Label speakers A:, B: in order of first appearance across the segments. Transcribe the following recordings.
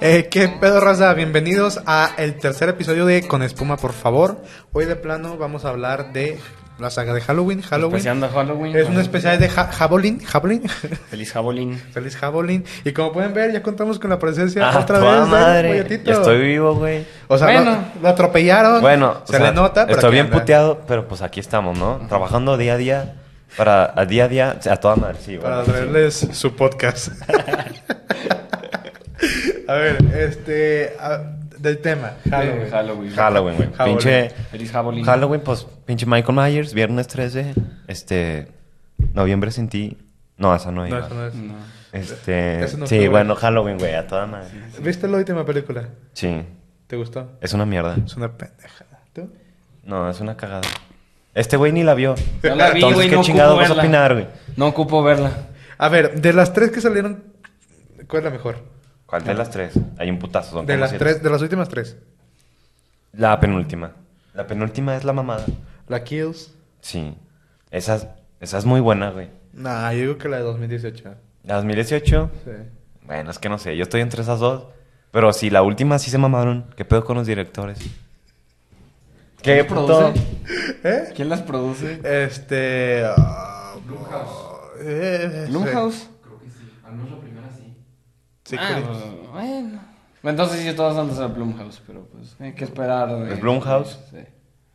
A: Eh, ¿Qué pedo, raza? Bienvenidos a el tercer episodio de Con Espuma, por favor. Hoy de plano vamos a hablar de la saga de Halloween. Halloween
B: Especiando Halloween.
A: es un especial de ja Jabolín. Jabolín.
B: Feliz Jabolín.
A: Feliz Jabolín. Y como pueden ver, ya contamos con la presencia
C: Ah,
A: otra
C: toda
A: vez ¿eh?
C: madre.
A: del
C: Ya estoy vivo, güey.
A: O sea, lo-
B: Bueno.
A: lo, atropellaron.
C: Bueno,
A: se
C: o sea,
A: le nota. pero
C: estoy
A: aquí
C: bien
A: anda.
C: puteado, pero pues aquí estamos, ¿no? Trabajando día a día para a día a día o sea, a toda madre, sí, güey.
A: Para traerles su podcast. a ver, este. a- del tema. Halloween.
B: Eh, Halloween.
C: Halloween, güey.
A: Halloween.
C: Pinche
B: Feliz Jabolín.
C: Halloween, pues pinche Michael Myers, viernes 13, este noviembre sin ti. No, esa no
A: No,
C: iba.
A: eso no es.
B: No.
C: Este,
A: Ese no
C: sí,
A: fue,
C: bueno,
A: güey.
C: Halloween, güey, a toda madre.
A: ¿Viste la última película?
C: Sí,
A: ¿Te gustó?
C: es una mierda.
A: Es una pendeja. ¿Tú?
C: No, es una cagada. Este güey ni la vio.
B: No la vi,
C: Entonces,
B: güey.
C: ¿qué
B: No
C: chingados
B: ocupo
C: vas a
B: verla.
C: opinar, güey?
B: No ocupo verla.
A: A ver, de las tres que salieron, ¿cuál es la mejor?
C: ¿Cuál de las tres? Hay un putazo. son
A: De
C: como
A: las
C: siete.
A: tres, de las últimas tres.
C: La penúltima. La penúltima es la mamada.
A: La Kills.
C: Sí. Esa, esa es muy buena, güey.
A: Nah, yo digo que la de 2018.
C: La 2018,
A: Sí.
C: bueno, es que no sé, yo estoy entre esas dos. Pero sí, la última sí se mamaron. ¿Qué pedo con los directores? ¿Qué
B: ¿Quién
C: puto?
A: ¿Eh?
B: ¿Quién las produce?
A: Este. ah, eh, sí.
B: ¿Blumhouse?
A: Sí,
B: Ah,
A: Creed.
B: pues, bueno. Entonces sí, todas andan a Blumhouse, pero pues hay que esperar. de-
C: ¿Es Blumhouse?
B: Sí.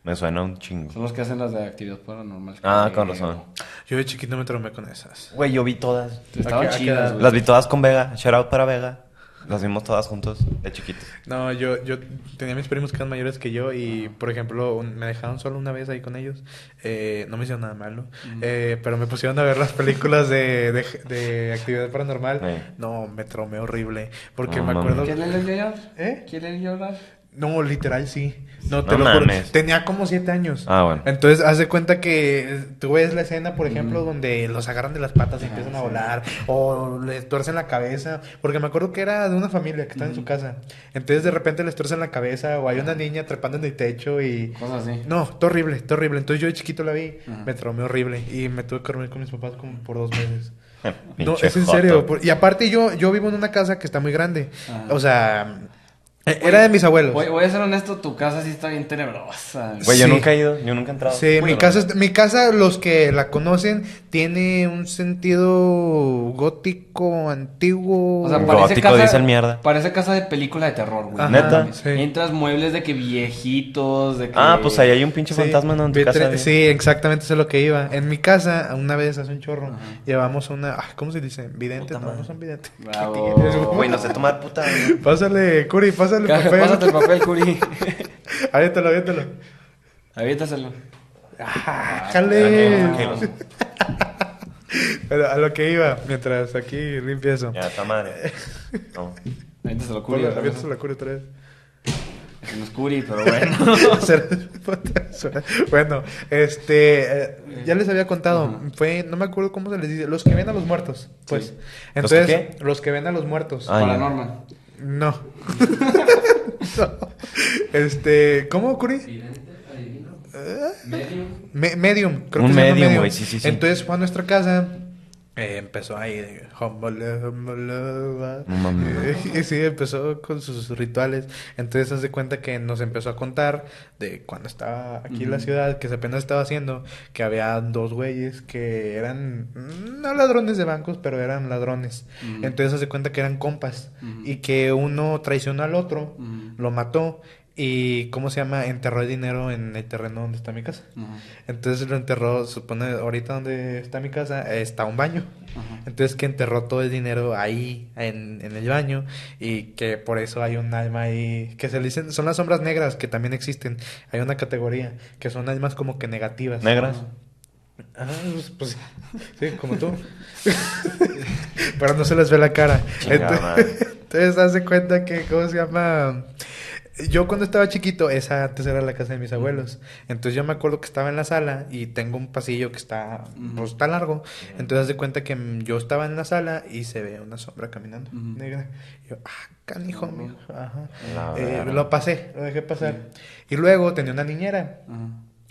C: Me suena un chingo.
B: Son los que hacen las de actividad paranormal.
C: Ah,
B: creo.
C: con razón.
A: Yo de chiquito me traumé con esas.
C: Güey, yo vi todas.
B: Estaban
A: ¿A qué- a qué edad?
B: chidas, güey.
C: Las vi todas con Vega. Shout out para Vega. Las vimos todas juntos, de chiquitos.
A: No, yo, yo tenía mis primos que eran mayores que yo y, por ejemplo, un- me dejaron solo una vez ahí con ellos. Eh, no me hicieron nada malo. Eh, pero me pusieron a ver las películas de, de, de actividad paranormal.
C: Sí.
A: No, me traumé horrible. Porque
C: No
A: me
C: mames.
A: acuerdo...
B: ¿Quieren leer llorar?
A: ¿Eh?
B: ¿Quieren llorar?
A: No, literal sí. No,
C: No
A: te lo juro.
C: mames.
A: Tenía como siete años.
C: Ah, bueno.
A: Entonces, haz de cuenta que eh, tú ves la escena, por ejemplo, donde los agarran de las patas y empiezan a volar. O les tuercen la cabeza. Porque me acuerdo que era de una familia que está en su casa. Entonces, de repente les tuercen la cabeza. O hay una niña trepando en el techo y...
B: Cosas así.
A: No, está horrible, está horrible. Entonces, yo de chiquito la vi.
B: Ajá.
A: Me traumé horrible. Y me tuve que dormir con mis papás como por dos meses. No,
C: Eh, Pinche
A: es en
C: joto.
A: serio. por- Y aparte yo, yo vivo en una casa que está muy grande.
B: Ajá.
A: O sea, eh, era de mis abuelos.
B: Voy, voy a ser honesto, tu casa sí está bien tenebrosa. güey.
C: Güey, yo
A: Sí.
C: nunca he ido, yo nunca he entrado.
A: Sí, mi
C: Pero-
A: casa, es- mi casa, los que la conocen, tiene un sentido gótico, antiguo.
B: O sea,
C: Un
B: parece
C: gótico,
B: casa,
C: dicen mierda.
B: parece casa de película de terror, güey.
A: Ajá,
C: ¿Neta?
A: sí.
B: Entras muebles de que viejitos, de que...
C: Ah, pues ahí hay un pinche
A: Sí,
C: fantasma ¿no? en tu
A: vitre-
C: casa. güey.
A: Sí, exactamente, eso es lo que iba. En mi casa, una vez hace un chorro,
B: Ajá.
A: llevamos una. ah, ¿Cómo se dice? Vidente,
C: Puta
A: no,
C: madre.
A: no son vidente.
B: Bravo.
C: Güey, no sé tomar puta. güey.
A: Pásale, Curi, pásale el papel.
B: Pásate el papel, Curi.
A: Aviéntalo, aviéntalo.
B: Aviéntaselo.
A: Ah,
C: tranquilo.
A: ¡Jale! Pero a lo que iba, mientras aquí limpia eso.
C: Ya, está madre. No.
B: Aviéntaselo, Curi.
A: Ponle-
B: otra vez.
A: aviéntaselo a Curi otra vez.
B: Que no es Curi, pero bueno.
A: Será- bueno, este, eh, ya les había contado,
B: Ajá.
A: fue, no me acuerdo cómo se les dice, los que ven a los muertos, pues.
B: Sí.
C: ¿Los que
A: Entonces,
C: qué?
A: los que ven a los muertos.
C: Ah, ya.
B: Paranormal.
A: No. No. Este, ¿cómo, Curi? Me- medium, creo
C: Un
A: que se llama
C: medium, güey, sí, sí, sí.
A: Entonces fue a nuestra casa. eh, empezó ahí. de, "Hombolo, hombolo, va".
C: No mames.
A: Eh, Y sí, empezó con sus rituales. Entonces hace cuenta que nos empezó a contar de cuando estaba aquí en la
B: Ujú.
A: ciudad, que se apenas estaba haciendo, que había dos güeyes que eran, mm, no ladrones de bancos, pero eran ladrones.
B: Ujú.
A: Entonces hace cuenta que eran compas
B: Ujú.
A: y que uno traicionó al otro,
B: Ujú.
A: lo mató y, ¿cómo se llama? Enterró el dinero en el terreno donde está mi casa.
B: Ajá,
A: Entonces lo enterró, supone, ahorita donde está mi casa, eh, está un baño.
B: ajá.
A: Entonces que enterró todo el dinero ahí, en, en el baño, y que por eso hay un alma ahí, que se le dicen, son las sombras negras que también existen, hay una categoría, que son almas como que negativas.
C: ¿Negras?
A: Ah, pues, pues, sí, como tú. Pero no se les ve la cara.
C: Chingada
A: Entonces,
C: madre.
A: entonces hace cuenta que, ¿cómo se llama? Yo cuando estaba chiquito, esa antes era la casa de mis abuelos. Entonces yo me acuerdo que estaba en la sala y tengo un pasillo que está,
B: Ujú.
A: pues está largo. Entonces haz de cuenta que mm, yo estaba en la sala y se ve una sombra caminando,
B: Ujú.
A: negra. Y yo, ah, canijo
B: No.
A: mío. Ajá.
C: La
A: Eh,
C: verga.
A: lo pasé, lo dejé pasar. Y luego tenía una niñera.
B: Ajá.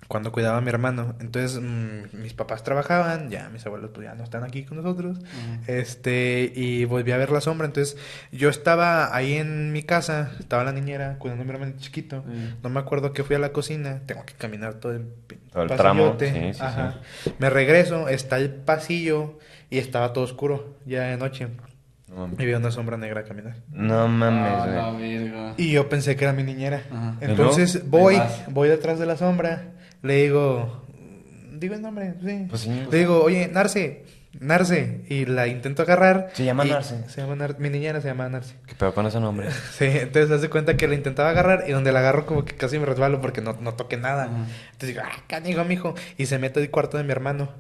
A: cuando cuidaba a mi hermano. Entonces, mm, mis papás trabajaban, ya mis abuelos pues, ya no están aquí con nosotros. Este, y volví a ver la sombra. Entonces, yo estaba ahí en mi casa, estaba la niñera cuidando a mi hermano chiquito.
B: Sí.
A: No me acuerdo que fui a la cocina, tengo que caminar todo el, pin-
C: Todo el tramo,
A: pasillote.
C: sí, sí,
A: Ajá. Me regreso, está el pasillo y estaba todo oscuro, ya de noche.
C: No mames.
A: Y vi una sombra negra caminar.
C: No
B: Ah,
C: mames,
B: la
C: güey.
B: verga.
A: Y yo pensé que era mi niñera.
B: Ajá.
C: ¿Y luego?
A: Entonces
B: Ahí
A: voy,
B: vas.
A: voy detrás de la sombra, le digo, digo el nombre, sí.
C: Pues sí.
A: Le digo, oye, Narce, Narce, y la intento agarrar.
C: Se llama
A: y-
C: Narce.
A: Se llama Narce, mi niñera se llama Narce.
C: ¿Qué pedo con ese nombre?
A: Sí, entonces hace cuenta que la intentaba agarrar y donde la agarro como que casi me resbalo porque no, no toqué nada.
B: Ajá.
A: Entonces digo, ah, canijo, mijo. Y se mete al cuarto de mi hermano.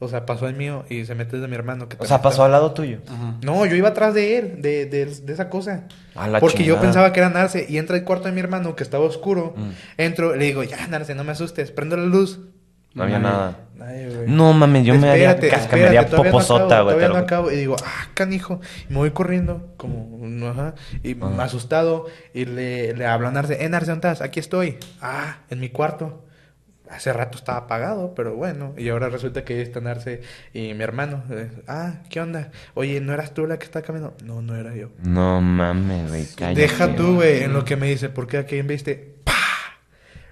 A: O sea, pasó el mío y se mete el de mi hermano. que
C: O sea,
A: también
C: pasó
A: estaba-
C: al lado tuyo.
B: Ajá.
A: No, yo iba atrás de él, de, de- de esa cosa.
C: A la
A: porque yo
C: chingada.
A: pensaba que era Narce. Y entra al cuarto de mi hermano, que estaba oscuro.
C: Mm.
A: Entro, le digo, ya, Narce, no me asustes, prendo la luz.
C: No había
B: Nadie.
C: nada.
A: Ay, güey.
C: No mames, yo me haría
A: Espérate,
C: casca, me haría
A: espérate, todavía no
C: poposota,
A: acabo,
C: güey. te
A: Todavía
C: lo
A: no
C: juro.
A: acabo. Y digo, ah, canijo. Y me voy corriendo, como, mm, ajá. Y
C: Ajá.
A: asustado. Y le, le hablo a Narce. Eh, Narce, ¿dónde estás? Aquí estoy. Ah, en mi cuarto. Hace rato estaba apagado, pero bueno. Y ahora resulta que ahí está Narce y mi hermano. Eh, Ah, ¿qué onda? Oye, ¿no eras tú la que estaba caminando? No, no era yo.
C: No mames, güey. cállate.
A: Deja tú, güey, en lo que me dice. ¿Por qué aquí viste? ¡Pah!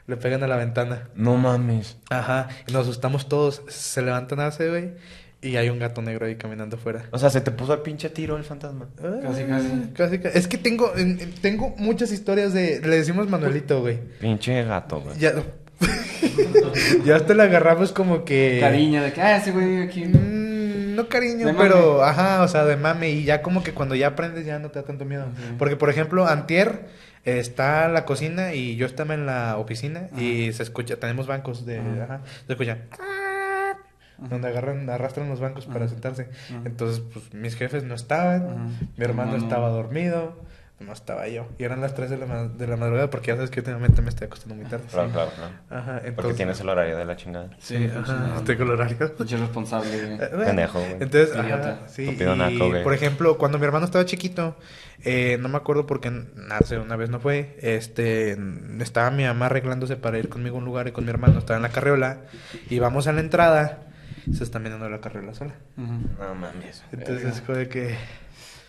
A: Le pegan a la ventana.
C: No mames.
A: Ajá, y nos asustamos todos. Se levantan a ese, güey, y hay un gato negro ahí caminando afuera.
C: O sea, se te puso al pinche tiro el fantasma.
B: Casi,
A: Ah,
B: casi.
A: casi, ca- Es que tengo, en- en- tengo muchas historias de. Le decimos Manuelito, güey.
C: Pinche gato, güey.
A: Ya, ya hasta le agarramos como que.
B: Cariño, de que, ah, ese güey vive aquí.
A: Mm, No cariño,
B: De mame.
A: pero ajá, o sea, de mame. Y ya como que cuando ya aprendes ya no te da tanto miedo.
B: Ujú.
A: Porque, por ejemplo, Antier eh, está la cocina y yo estaba en la oficina y se escucha, tenemos bancos de,
B: Ajá.
A: ajá, se escucha. Donde agarran, arrastran los bancos para sentarse.
B: Ajá.
A: Entonces, pues mis jefes no estaban,
B: Ajá.
A: mi hermano
B: No, no.
A: estaba dormido, no estaba yo. Y eran las 3 de la, ma- de la madrugada porque ya sabes que últimamente me estoy acostando muy tarde.
C: Claro, claro, claro.
A: Ajá,
C: Porque
A: entonces.
C: tienes el horario de la chingada.
A: Sí,
B: pues
A: ajá, estoy con horario.
B: Pinche responsable,
A: Eh,
B: güey.
A: bueno,
C: Pendejo, güey.
A: Entonces, ajá,
B: Idiota.
A: sí,
C: Estúpido
A: y,
C: naco, güey.
A: por ejemplo, cuando mi hermano estaba chiquito, eh, no me acuerdo porque nace una vez no fue, este, estaba mi mamá arreglándose para ir conmigo a un lugar y con mi hermano, estaba en la carriola, y vamos a la entrada, se está mirando la carriola sola.
B: Ujú.
C: No mames.
A: Entonces,
B: Verga.
A: es como de que...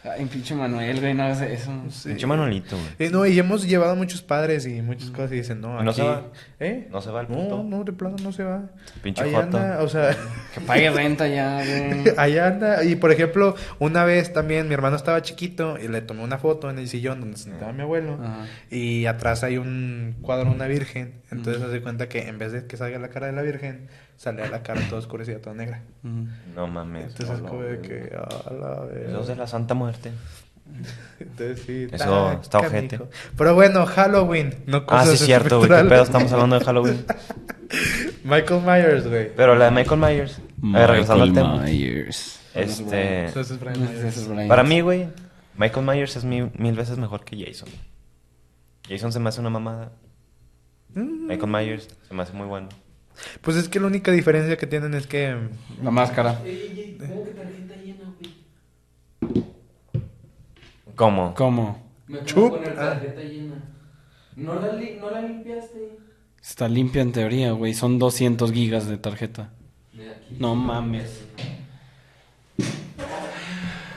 B: Ay, pinche Manuel, güey, no hagas eso.
C: Pinche Manuelito, güey.
A: Eh, no, y hemos llevado a muchos padres y muchas
B: Mm.
A: cosas y dicen, no,
C: ¿Y no se
A: aquí-
C: va?
A: ¿Eh?
C: No se va el
A: No,
C: puto.
A: no, de plano no se va.
C: Pinche
A: Ahí
C: joto.
A: anda, o sea...
B: Que pague renta ya, güey.
A: Allá anda. Y por ejemplo, una vez también mi hermano estaba chiquito y le tomé una foto en el sillón donde se sentaba mi abuelo.
C: Ah.
B: Ajá.
A: Y atrás hay un cuadro de una virgen. Entonces se hace cuenta que en vez de que salga la cara de la virgen, sale la cara toda oscurecida, toda negra.
B: Ujú.
C: No mames.
A: Entonces es
C: no,
A: como de
C: güey.
A: que, "A la verga".
C: Dios de la Santa Muerte.
A: Entonces sí,
C: Eso
A: está
C: está
A: canijo.
C: ojete.
A: Pero bueno, Halloween, no
C: Ah,
A: cosas
C: sí, cierto, güey. ¿Qué
A: espectrales.
C: pedo estamos hablando de Halloween?
A: Michael Myers, güey.
C: Pero la de Michael Myers. A ver, regresando al tema.
B: Myers.
C: Este.
A: Entonces, Brian Myers.
B: Ese es Brian.
C: Para mí, güey, Michael Myers es mi- mil veces mejor que Jason. Jason se me hace una mamada. Michael Myers se me hace muy bueno.
A: Pues es que la única diferencia que tienen es que
B: La máscara.
C: ¿Cómo?
B: ¿Cómo?
D: Me acabo de
A: Chup.
D: poner
A: Ah.
D: tarjeta llena. ¿No la, li- no la limpiaste?
B: Está limpia en teoría, güey. Son 200 gigas de tarjeta.
D: De aquí.
B: No mames.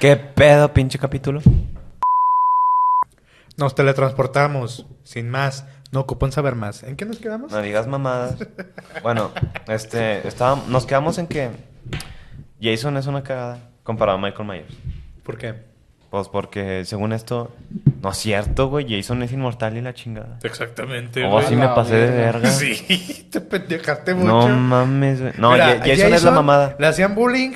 C: ¿Qué pedo, pinche capítulo?
A: nos teletransportamos. Sin más, no ocupan saber más. ¿En qué nos quedamos?
C: No digas mamadas. Bueno, este, estaba- nos quedamos en que Jason es una cagada comparado a Michael Myers.
A: ¿Por qué?
C: Pues porque, según esto, no es cierto, güey. Jason es inmortal y la chingada.
A: Exactamente.
C: oh, sí me
B: la
C: pasé de
B: verga.
C: verga.
A: Sí, te pendejaste
C: No
A: mucho.
C: mames, güey. No,
A: Mira,
C: Ja- Jason, es la mamada.
A: Le hacían bullying.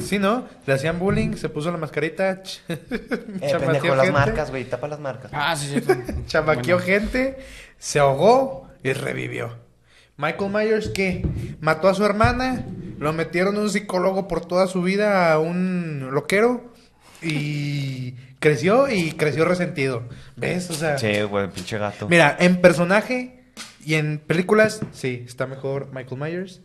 A: Sí, ¿no? Le hacían bullying, se puso la mascarita. ch-
C: Eh,
A: chamaqueó
C: pendejo, las
A: gente,
C: marcas, güey. Tapa las marcas.
B: Ah, sí, sí. sí.
A: Chamaqueó
B: Bueno.
A: gente, se ahogó y revivió. Michael Myers, ¿qué? Mató a su hermana, lo metieron un psicólogo por toda su vida a un loquero y creció y creció resentido. ¿Ves? O sea,
C: Sí, güey, pinche gato.
A: Mira, en personaje y en películas, sí, está mejor Michael Myers.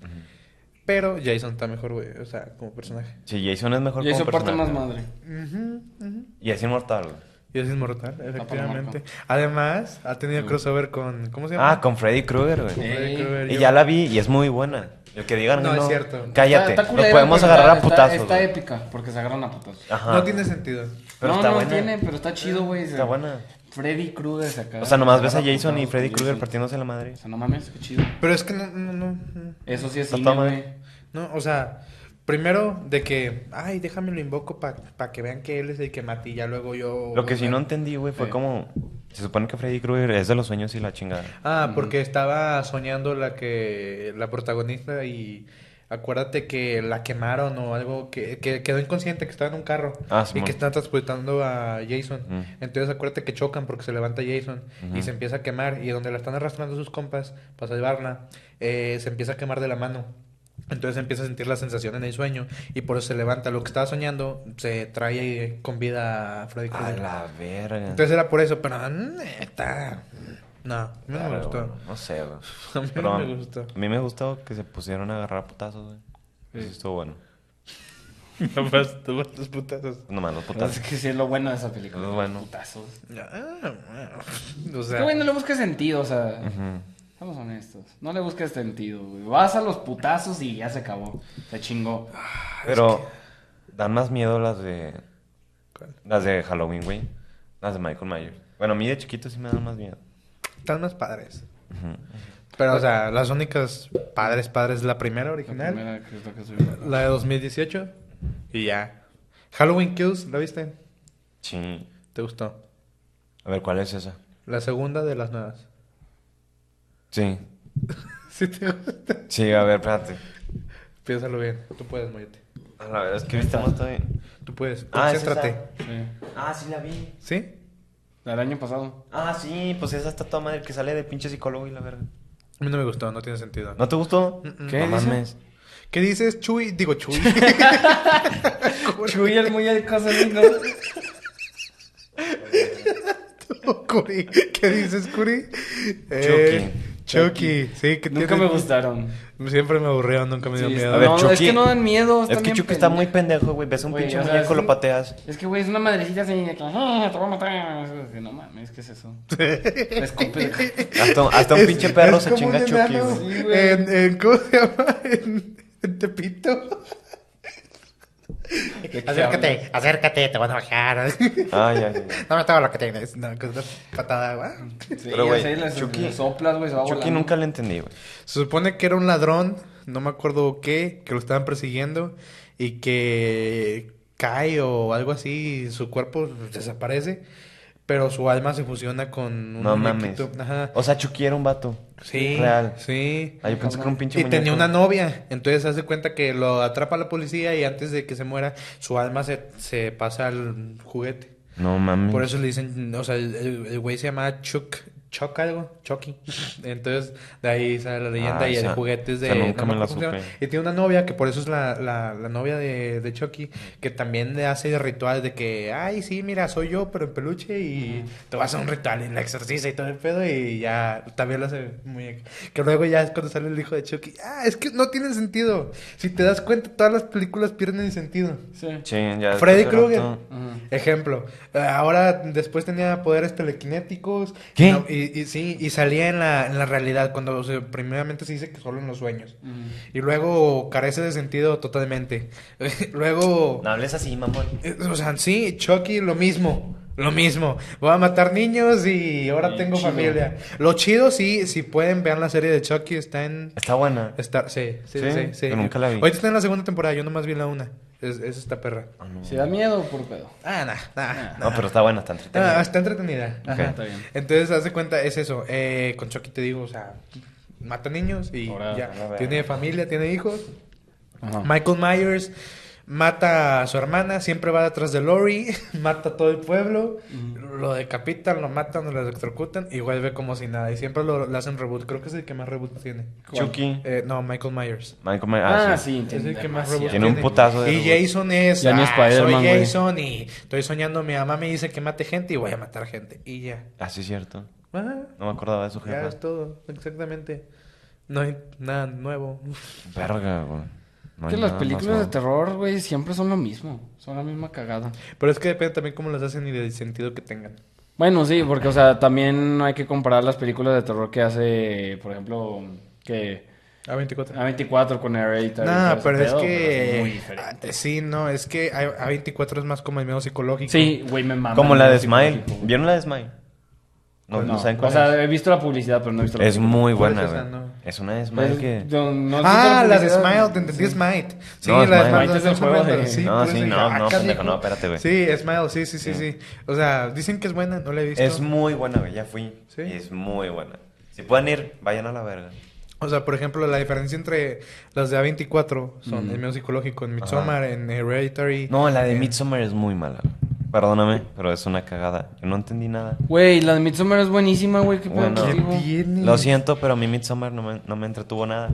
A: Pero Jason está mejor, güey, o sea, como personaje.
C: Sí, Jason es mejor
B: Y eso
C: como
B: parte
C: personaje.
B: más madre.
A: Ujú, ujú.
C: Y es inmortal. güey.
A: Y es inmortal, efectivamente.
B: Marco.
A: Además, ha tenido crossover con. ¿Cómo se llama?
C: Mm. Ah, con Freddy Krueger, güey.
A: Freddy
B: Ey.
A: Krueger,
C: Y
A: yo-
C: ya la vi y es muy buena. Lo que digan
A: No,
C: que
A: es cierto.
C: Cállate.
B: Está- está culera,
C: Nos podemos
B: pero
C: agarrar a
B: está-
C: putazos.
B: Está,
C: güey.
B: épica, porque se agarran a putazos.
C: Ajá.
A: No tiene sentido.
C: Pero
B: no,
C: está
B: no
C: buena.
B: tiene, pero está chido, güey.
C: Está buena.
B: Freddy Krueger se acaba.
C: O sea, nomás
B: se
C: ves a
B: agarra
C: Jason y
B: putazos
C: Freddy
B: con
C: Krueger
B: Jason.
C: partiéndose la madre.
B: O sea, no mames, qué chido.
A: Pero es que no, no, no. no.
B: Eso sí es
C: Está
B: cine,
C: toda
B: güey.
C: madre.
A: No, o sea, primero de que, ay, déjame lo invoco para que vean que él es el que mata y ya luego yo.
C: Lo que sí
A: o sea,
C: no entendí, güey, fue
B: Sí.
C: como. Se supone que Freddy Krueger es de los sueños y la chingada.
A: Ah, porque estaba soñando la que la protagonista y acuérdate que la quemaron o algo que, que quedó inconsciente que estaba en un carro
C: Ah,
A: y
C: Simón.
A: que están transportando a Jason.
C: Mm.
A: Entonces acuérdate que chocan porque se levanta Jason y
C: Ujú.
A: se empieza a quemar y donde la están arrastrando sus compas para salvarla eh, se empieza a quemar de la mano. Entonces empieza a sentir la sensación en el sueño y por eso se levanta. Lo que estaba soñando se trae con vida a Freddy
C: A
A: Krueger.
C: la verga.
A: Entonces era por eso, pero neta, no, a mí no me
C: Claro,
A: gustó.
C: güey, No sé, güey.
A: A mí
C: Pero
A: no
C: a
A: me gustó.
C: a mí me gustó que se pusieron a agarrar a putazos, güey. Eso estuvo bueno.
A: Nomás tú vas los putazos.
C: Nomás los putazos.
B: Es que sí es lo bueno de esa película.
C: Lo bueno.
B: Putazos.
A: Ah, bueno. O
B: Es
A: sea,
B: que, güey, no le busques sentido, o sea.
C: Ujú.
B: Estamos honestos. No le busques sentido, güey. Vas a los putazos y ya se acabó. Se chingó.
A: Ah,
C: Pero dan más miedo las de
A: ¿Cuál?
C: las de Halloween, güey. Las de Michael Myers. Bueno, a mí de chiquito sí me dan más miedo.
A: están más padres.
C: Ujú.
A: Pero, o sea, las únicas padres, padres, la primera
B: La
A: original, la,
B: primera que es la que soy-
A: de 2018 y ya. Halloween Kills, ¿la viste?
C: Sí.
A: ¿Te gustó?
C: A ver, ¿cuál es esa?
A: La segunda de las nuevas.
C: Sí.
A: Si te gusta.
C: Sí, a ver, espérate.
A: Piénsalo bien. Tú puedes, Moyote.
C: A Ah, la verdad es que ahorita no estoy.
A: Tú puedes.
C: Ah, es
A: Concéntrate.
B: Sí.
C: Ah, sí la vi.
A: ¿Sí?
B: La del año pasado.
C: Ah, sí, pues esa está toda madre que sale de pinche psicólogo y la verga.
A: A mí no me gustó, no tiene sentido.
C: ¿No te gustó?
A: Mm-mm.
B: ¿Qué
C: No
B: dice?
C: mames.
A: ¿Qué dices, Chuy? Digo, Chuy.
B: Chuy, el muy al caso
A: Curi. ¿Qué dices, Curi? Eh, Chucky.
B: Chucky.
A: Sí, que
B: Nunca
A: tiene-
B: me gustaron.
A: Siempre me aburrieron, nunca me dio
B: Sí,
A: miedo.
C: A ver,
B: no, Es
C: Chucky.
B: que no dan miedo.
C: Es
B: están
C: que
B: bien
C: Chucky está muy
B: pendejos.
C: pendejo, güey. Ves un
B: Güey,
C: pinche
B: o sea,
C: muñeco,
B: es
C: lo
B: un-
C: pateas.
B: Es que, güey, es una madrecita así de que, "Ah, te voy a matar. Es que, No mames, ¿qué es eso? Me escupe.
C: Hasta, hasta un
A: Es-
C: pinche perro
A: es
C: se
A: como
C: chinga a
A: un
C: Chucky,
A: enano
C: güey.
B: Sí, güey.
A: En, en- ¿Cómo se llama? En, en Tepito.
B: ¿De qué
A: Acércate, acércate, te van a bajar.
C: Ah, ya, ya, ya.
A: Dame todo lo que tienes. No, con una patada de agua.
B: Sí,
C: Pero, güey, Chucky-
B: Chucky. soplas, güey, se va
C: Chucky
B: volando.
C: nunca le entendí, güey.
A: Se supone que era un ladrón, no me acuerdo qué, que lo estaban persiguiendo y que cae o algo así, y su cuerpo desaparece, pero su alma se fusiona con un
C: No
A: muñequito.
C: mames.
A: Ajá.
C: O sea, Chucky era un vato.
A: Sí,
C: Real.
A: sí.
C: Ah, yo pensé que era un pinche
A: Y tenía
C: muñeco.
A: una novia, entonces hace cuenta que lo atrapa la policía y antes de que se muera, su alma se, se pasa al juguete.
C: No mames.
A: Por eso le dicen, o sea, el- el el güey se llama Chuck, Chuck algo, Chucky. Entonces, de ahí sale la leyenda
C: Ah,
A: y el
C: esa-
A: juguete es de...
C: esa nunca
A: no
C: me la
A: acuerdo cómo se llama.
C: supe.
A: Y tiene una novia, que por eso es la, la, la novia de, de Chucky, que también le hace rituales de que, ay, sí, mira, soy yo, pero en peluche y te vas a un ritual en la exorcista y todo el pedo y ya, también lo hace muñeca. Que luego ya es cuando sale el hijo de Chucky. Ah, es que no tienen sentido. Si te das cuenta, todas las películas pierden sentido.
B: Sí.
C: Sí, ya
A: Freddy
C: después de
A: Krueger.
C: rato-
B: Ajá.
A: Ejemplo, eh, ahora después tenía poderes telequinéticos.
C: ¿Qué?
A: No, y, y sí, y salía en la, en la realidad, cuando o sea, primeramente se dice que solo en los sueños.
B: Mm.
A: Y luego carece de sentido totalmente. luego,
C: No hables así, mamón.
A: eh, o sea, sí, Chucky, lo mismo. Lo mismo, voy a matar niños y ahora
B: Y
A: tengo
B: chido.
A: familia. Lo chido, sí, si pueden, vean la serie de Chucky, está en...
C: Está buena.
A: Está, sí, sí, sí,
C: Sí,
A: sí.
C: yo nunca la vi.
A: Ahorita está en la segunda temporada, yo nomás vi la una. Es, es esta perra.
C: Ah, no.
B: Si da miedo, por pedo.
A: Ah, nah, nah,
C: No, pero está buena, está entretenida.
A: Ah, está entretenida.
B: Ajá, está bien.
A: Entonces, haz de cuenta, es eso. Eh, con Chucky te digo, o sea, mata niños y
B: Ahora,
A: ya.
C: ahora Ah. vea.
A: tiene familia, tiene hijos.
B: Ajá.
A: Michael Myers mata a su hermana, siempre va detrás de Lori, mata a todo el pueblo,
C: Mm.
A: lo decapitan, lo matan, lo electrocutan y vuelve como si nada. Y siempre lo, lo hacen reboot. Creo que es el que más reboot tiene.
C: Chucky.
A: Eh, no, Michael Myers.
C: Michael Myers. Ah,
B: Ah,
C: sí.
B: sí.
A: Es el que más
B: demasiado.
A: reboot
C: Tiene un putazo de
A: Y
C: reboot.
A: Jason es.
B: Ya ni
A: ah, soy
B: Spider-Man, güey.
A: Jason y estoy soñando. Mi mamá me dice que mate gente y voy a matar gente. Y ya.
C: Ah, sí, cierto.
A: Ah,
C: No me acordaba de su
A: ya
C: jefa.
A: es todo, exactamente. No hay nada nuevo.
C: Verga, güey. No hay
B: que las
C: nada más
B: películas de
C: nuevo.
B: terror, güey, siempre son lo mismo. Son la misma cagada.
A: Pero es que depende también cómo las hacen y del sentido que tengan.
B: Bueno, sí, porque, o sea, también hay que comparar las películas de terror que hace, por ejemplo, que
A: A 24.
C: Ah,
B: A24 con Hereditary.
A: No,
B: todo
A: pero
B: ese
A: es
B: pedo,
A: que.
B: es muy diferente.
A: ah, sí, no, es que a, 24 es más como el miedo psicológico.
B: Sí, güey, me mama.
C: Como
B: el
C: la
B: miedo
C: de Smile.
B: psicológico, güey.
C: ¿Vieron la de Smile? No,
B: Pues
C: no,
B: no.
C: saben
B: O
C: cuál
B: sea, he visto la publicidad, pero no he visto la
C: es. Es muy
A: ¿Cuál es
C: buena,
A: esa?
C: güey.
A: No.
C: Es una de Smile
B: película.
C: que.
B: Pues, yo no he visto
A: Ah, la de
B: publicidad.
A: Smite, te entendí Smite. Sí, la
C: No,
A: de
C: Smile.
A: Smite
B: Smite es el
A: no
B: juego
A: Smite,
B: de-
A: sí,
C: No,
A: por
C: sí,
A: eso dije,
C: no,
A: ah,
C: no, pendejo,
A: canijo.
C: no, espérate, güey.
A: Sí, Smile, sí, sí, sí, sí.
C: Sí.
A: O sea, dicen que es buena, no la he visto.
C: Es muy buena, güey. Ya fui.
A: Sí.
C: Y es muy buena. Si pueden ir, vayan a la verga.
A: O sea, por ejemplo, la diferencia entre las de A24 son el miedo psicológico en Midsommar, en Hereditary.
C: No, la de
A: en-
C: Midsommar es muy mala. güey. Perdóname, pero es una cagada. Yo no entendí nada.
B: Güey, la de Midsommar es buenísima, güey. ¿Qué pedo
C: Bueno.
B: contigo?
A: ¿Qué tiene?
C: Lo siento, pero a mí Midsommar no me, no me entretuvo nada.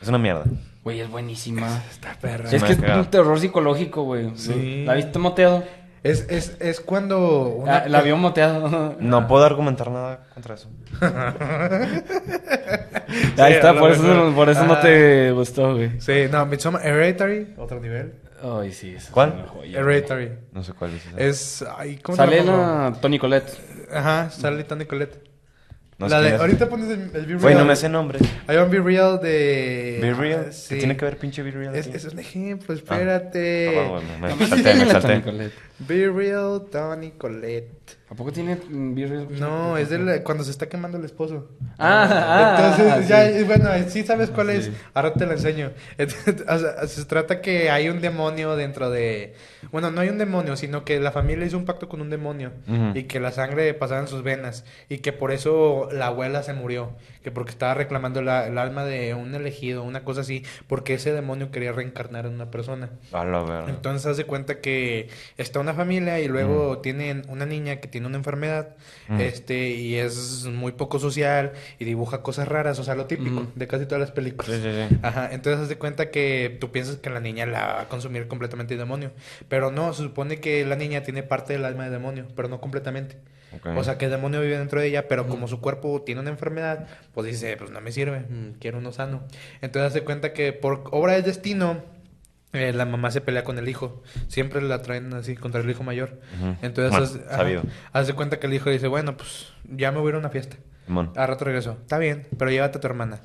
C: Es una mierda.
B: Güey, es buenísima.
A: Está perra.
B: Es
C: me
B: que es
C: caga.
B: un terror psicológico, güey.
A: Sí.
B: ¿La viste moteado?
A: Es, es, es cuando una
B: Ah, La vio moteado.
A: Ah.
C: No puedo argumentar nada contra eso.
B: Ahí
A: Sí, a
B: está,
A: lo
B: por eso,
A: mejor.
B: por eso no
A: Ah.
B: te gustó, güey.
A: Sí, no, Midsommar, Hereditary, otro nivel.
B: Ay, sí. esa es
C: ¿Cuál?
B: una joya, güey.
A: Hereditary.
C: No sé cuál es esa.
A: Es. Ay, ¿cómo se
B: Sale
A: llama?
B: la Tony Colette.
A: Ajá, sale Tony Colette.
C: No sé
A: la de.
C: quién es.
A: Ahorita pones el, el Be Real.
C: Güey, no me sé nombre.
A: I want Be Real de.
C: Be Real.
A: Ah,
C: ¿Qué
A: sí.
C: tiene que ver pinche Be Real?
A: Es,
C: aquí?
A: es un ejemplo, espérate.
C: Ah, bueno, me exalté, me
B: la Toni
C: exalté.
B: Collette.
A: Be Real, Tony Colette.
B: ¿A poco tiene mm, virus?
A: No, es de la- cuando se está quemando el esposo.
B: Ah, ah,
A: Entonces,
B: ah,
A: ya,
B: sí.
A: y bueno, sí sabes cuál es.
B: Sí.
A: Ahora te lo enseño. Entonces, o sea, se trata que hay un demonio dentro de. Bueno, no hay un demonio, sino que la familia hizo un pacto con un demonio.
B: Mm.
C: Ujú.
A: Y que la sangre pasaba en sus venas. Y que por eso la abuela se murió. Que porque estaba reclamando la- el alma de un elegido, una cosa así. Porque ese demonio quería reencarnar en una persona.
C: A la verga.
A: Entonces hace cuenta que está una familia y luego tienen una niña que tiene una enfermedad,
C: Mm.
A: este, y es muy poco social y dibuja cosas raras, o sea, lo típico
B: Ujú.
A: de casi todas las películas.
C: Sí, sí, sí.
A: Ajá, entonces haz de cuenta que tú piensas que la niña la va a consumir completamente el demonio, pero no, se supone que la niña tiene parte del alma del demonio, pero no completamente.
C: Ok.
A: O sea, que el demonio vive dentro de ella, pero como su cuerpo tiene una enfermedad, pues dice, pues no me sirve, mm, quiero uno sano. Entonces hace cuenta que por obra del destino, eh, la mamá se pelea con el hijo. Siempre la traen así contra el hijo mayor.
C: Ujú.
A: Entonces
C: Bueno,
A: hace- ajá,
C: sabido.
A: hace cuenta que el hijo dice, bueno, pues ya me voy a ir a una fiesta.
C: Simón.
A: A rato regreso. Está bien, pero llévate a tu hermana.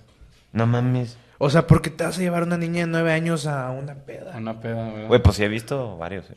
C: No mames.
A: O sea, ¿por qué te vas a llevar a una niña de nueve años a una peda?
B: Una peda, Ah, güey.
C: Güey, pues sí he visto varios. eh.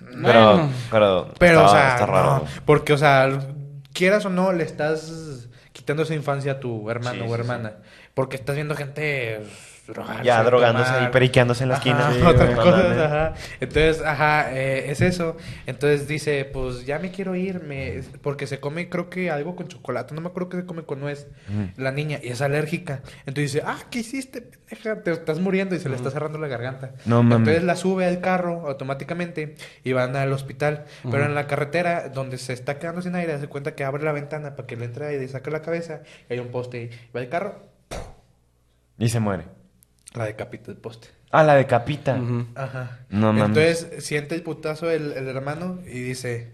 C: Pero,
B: Bueno.
C: pero,
A: Pero,
C: está,
A: o sea,
C: está raro.
A: no,
C: güey.
A: porque, o sea, quieras o no, le estás quitando esa infancia a tu hermano
C: Sí,
A: o
C: sí,
A: hermana. Porque estás viendo gente drogarse,
C: Ya drogándose
A: tomar.
C: ahí, periqueándose en la
A: Ajá,
C: esquina. Sí,
A: otras
C: güey, no
A: cosas,
C: mames.
A: ajá. Entonces, ajá, eh, es eso. Entonces dice, pues ya me quiero ir, me- porque se come, creo que algo con chocolate, no me acuerdo que se come con nuez,
C: Mm.
A: la niña, y es alérgica. Entonces dice, ah, ¿qué hiciste, pendeja? Te estás muriendo y se le está cerrando la garganta.
C: Mm. No mames.
A: Entonces la sube al carro automáticamente y van al hospital. Pero en la carretera, donde se está quedando sin aire, se cuenta que abre la ventana para que le entre y le saca la cabeza, y hay un poste, y va el carro,
C: Y se muere.
A: la decapita el poste.
C: Ah, la decapita.
B: Ujú.
A: Ajá.
C: No mames.
A: Entonces siente el putazo el, el hermano y dice,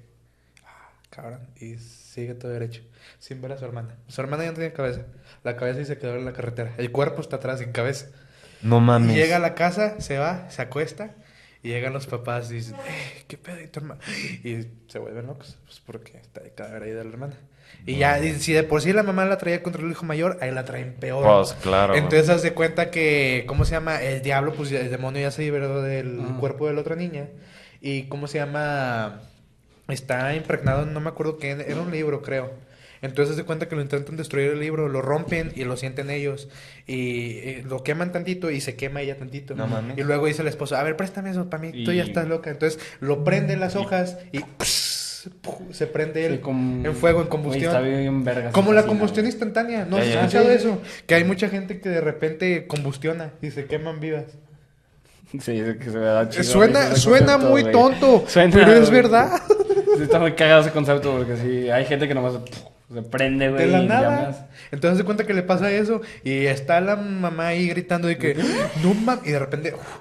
A: "Ah, cabrón, y sigue todo derecho, sin ver a su hermana. Su hermana ya no tiene cabeza, la cabeza y se quedó en la carretera. El cuerpo está atrás sin cabeza.
C: No
A: Y
C: mames.
A: llega a la casa, se va, se acuesta y llegan los papás y dicen, "Eh, ¿qué pedo? ¿Y tu hermana? Y se vuelven locos, pues porque está de cadáver ahí de la hermana. Y ya, y si de por sí la mamá la traía contra el hijo mayor, ahí la traen peor.
C: Pues claro. güey.
A: Entonces haz de cuenta que, ¿cómo se llama? El diablo, pues ya- el demonio ya se liberó del
B: Ajá.
A: cuerpo de la otra niña. Y ¿cómo se llama? Está impregnado, no me acuerdo qué, era un libro, creo. Entonces haz de cuenta que lo intentan destruir el libro, lo rompen y lo sienten ellos. Y eh, lo queman tantito y se quema ella tantito.
C: No mames.
A: Y luego dice la esposa, a ver, préstame eso para mí, tú ya
B: Y-
A: estás loca. Entonces lo prende las hojas y ¡puf! se prende él
B: Sí, con-
A: en fuego, en
B: Güey,
A: combustión.
B: está bien verga.
A: Como la
B: asesina,
A: combustión
B: güey.
A: instantánea, ¿no
C: Ya,
A: has
C: ya.
A: escuchado
B: Sí.
A: eso? Que hay mucha gente que de repente combustiona y se queman vivas.
B: Sí, es que se da chido. güey,
A: suena
B: ese
A: suena
B: concepto,
A: muy
B: güey.
A: tonto,
B: Suena,
A: pero es
B: güey.
A: verdad.
B: Sí, está muy cagado ese concepto porque sí, hay gente que nomás se- se prende, güey.
A: De la
B: y
A: nada.
B: llamas.
A: Entonces se cuenta que le pasa eso y está la mamá ahí gritando de que no mames y de repente uf,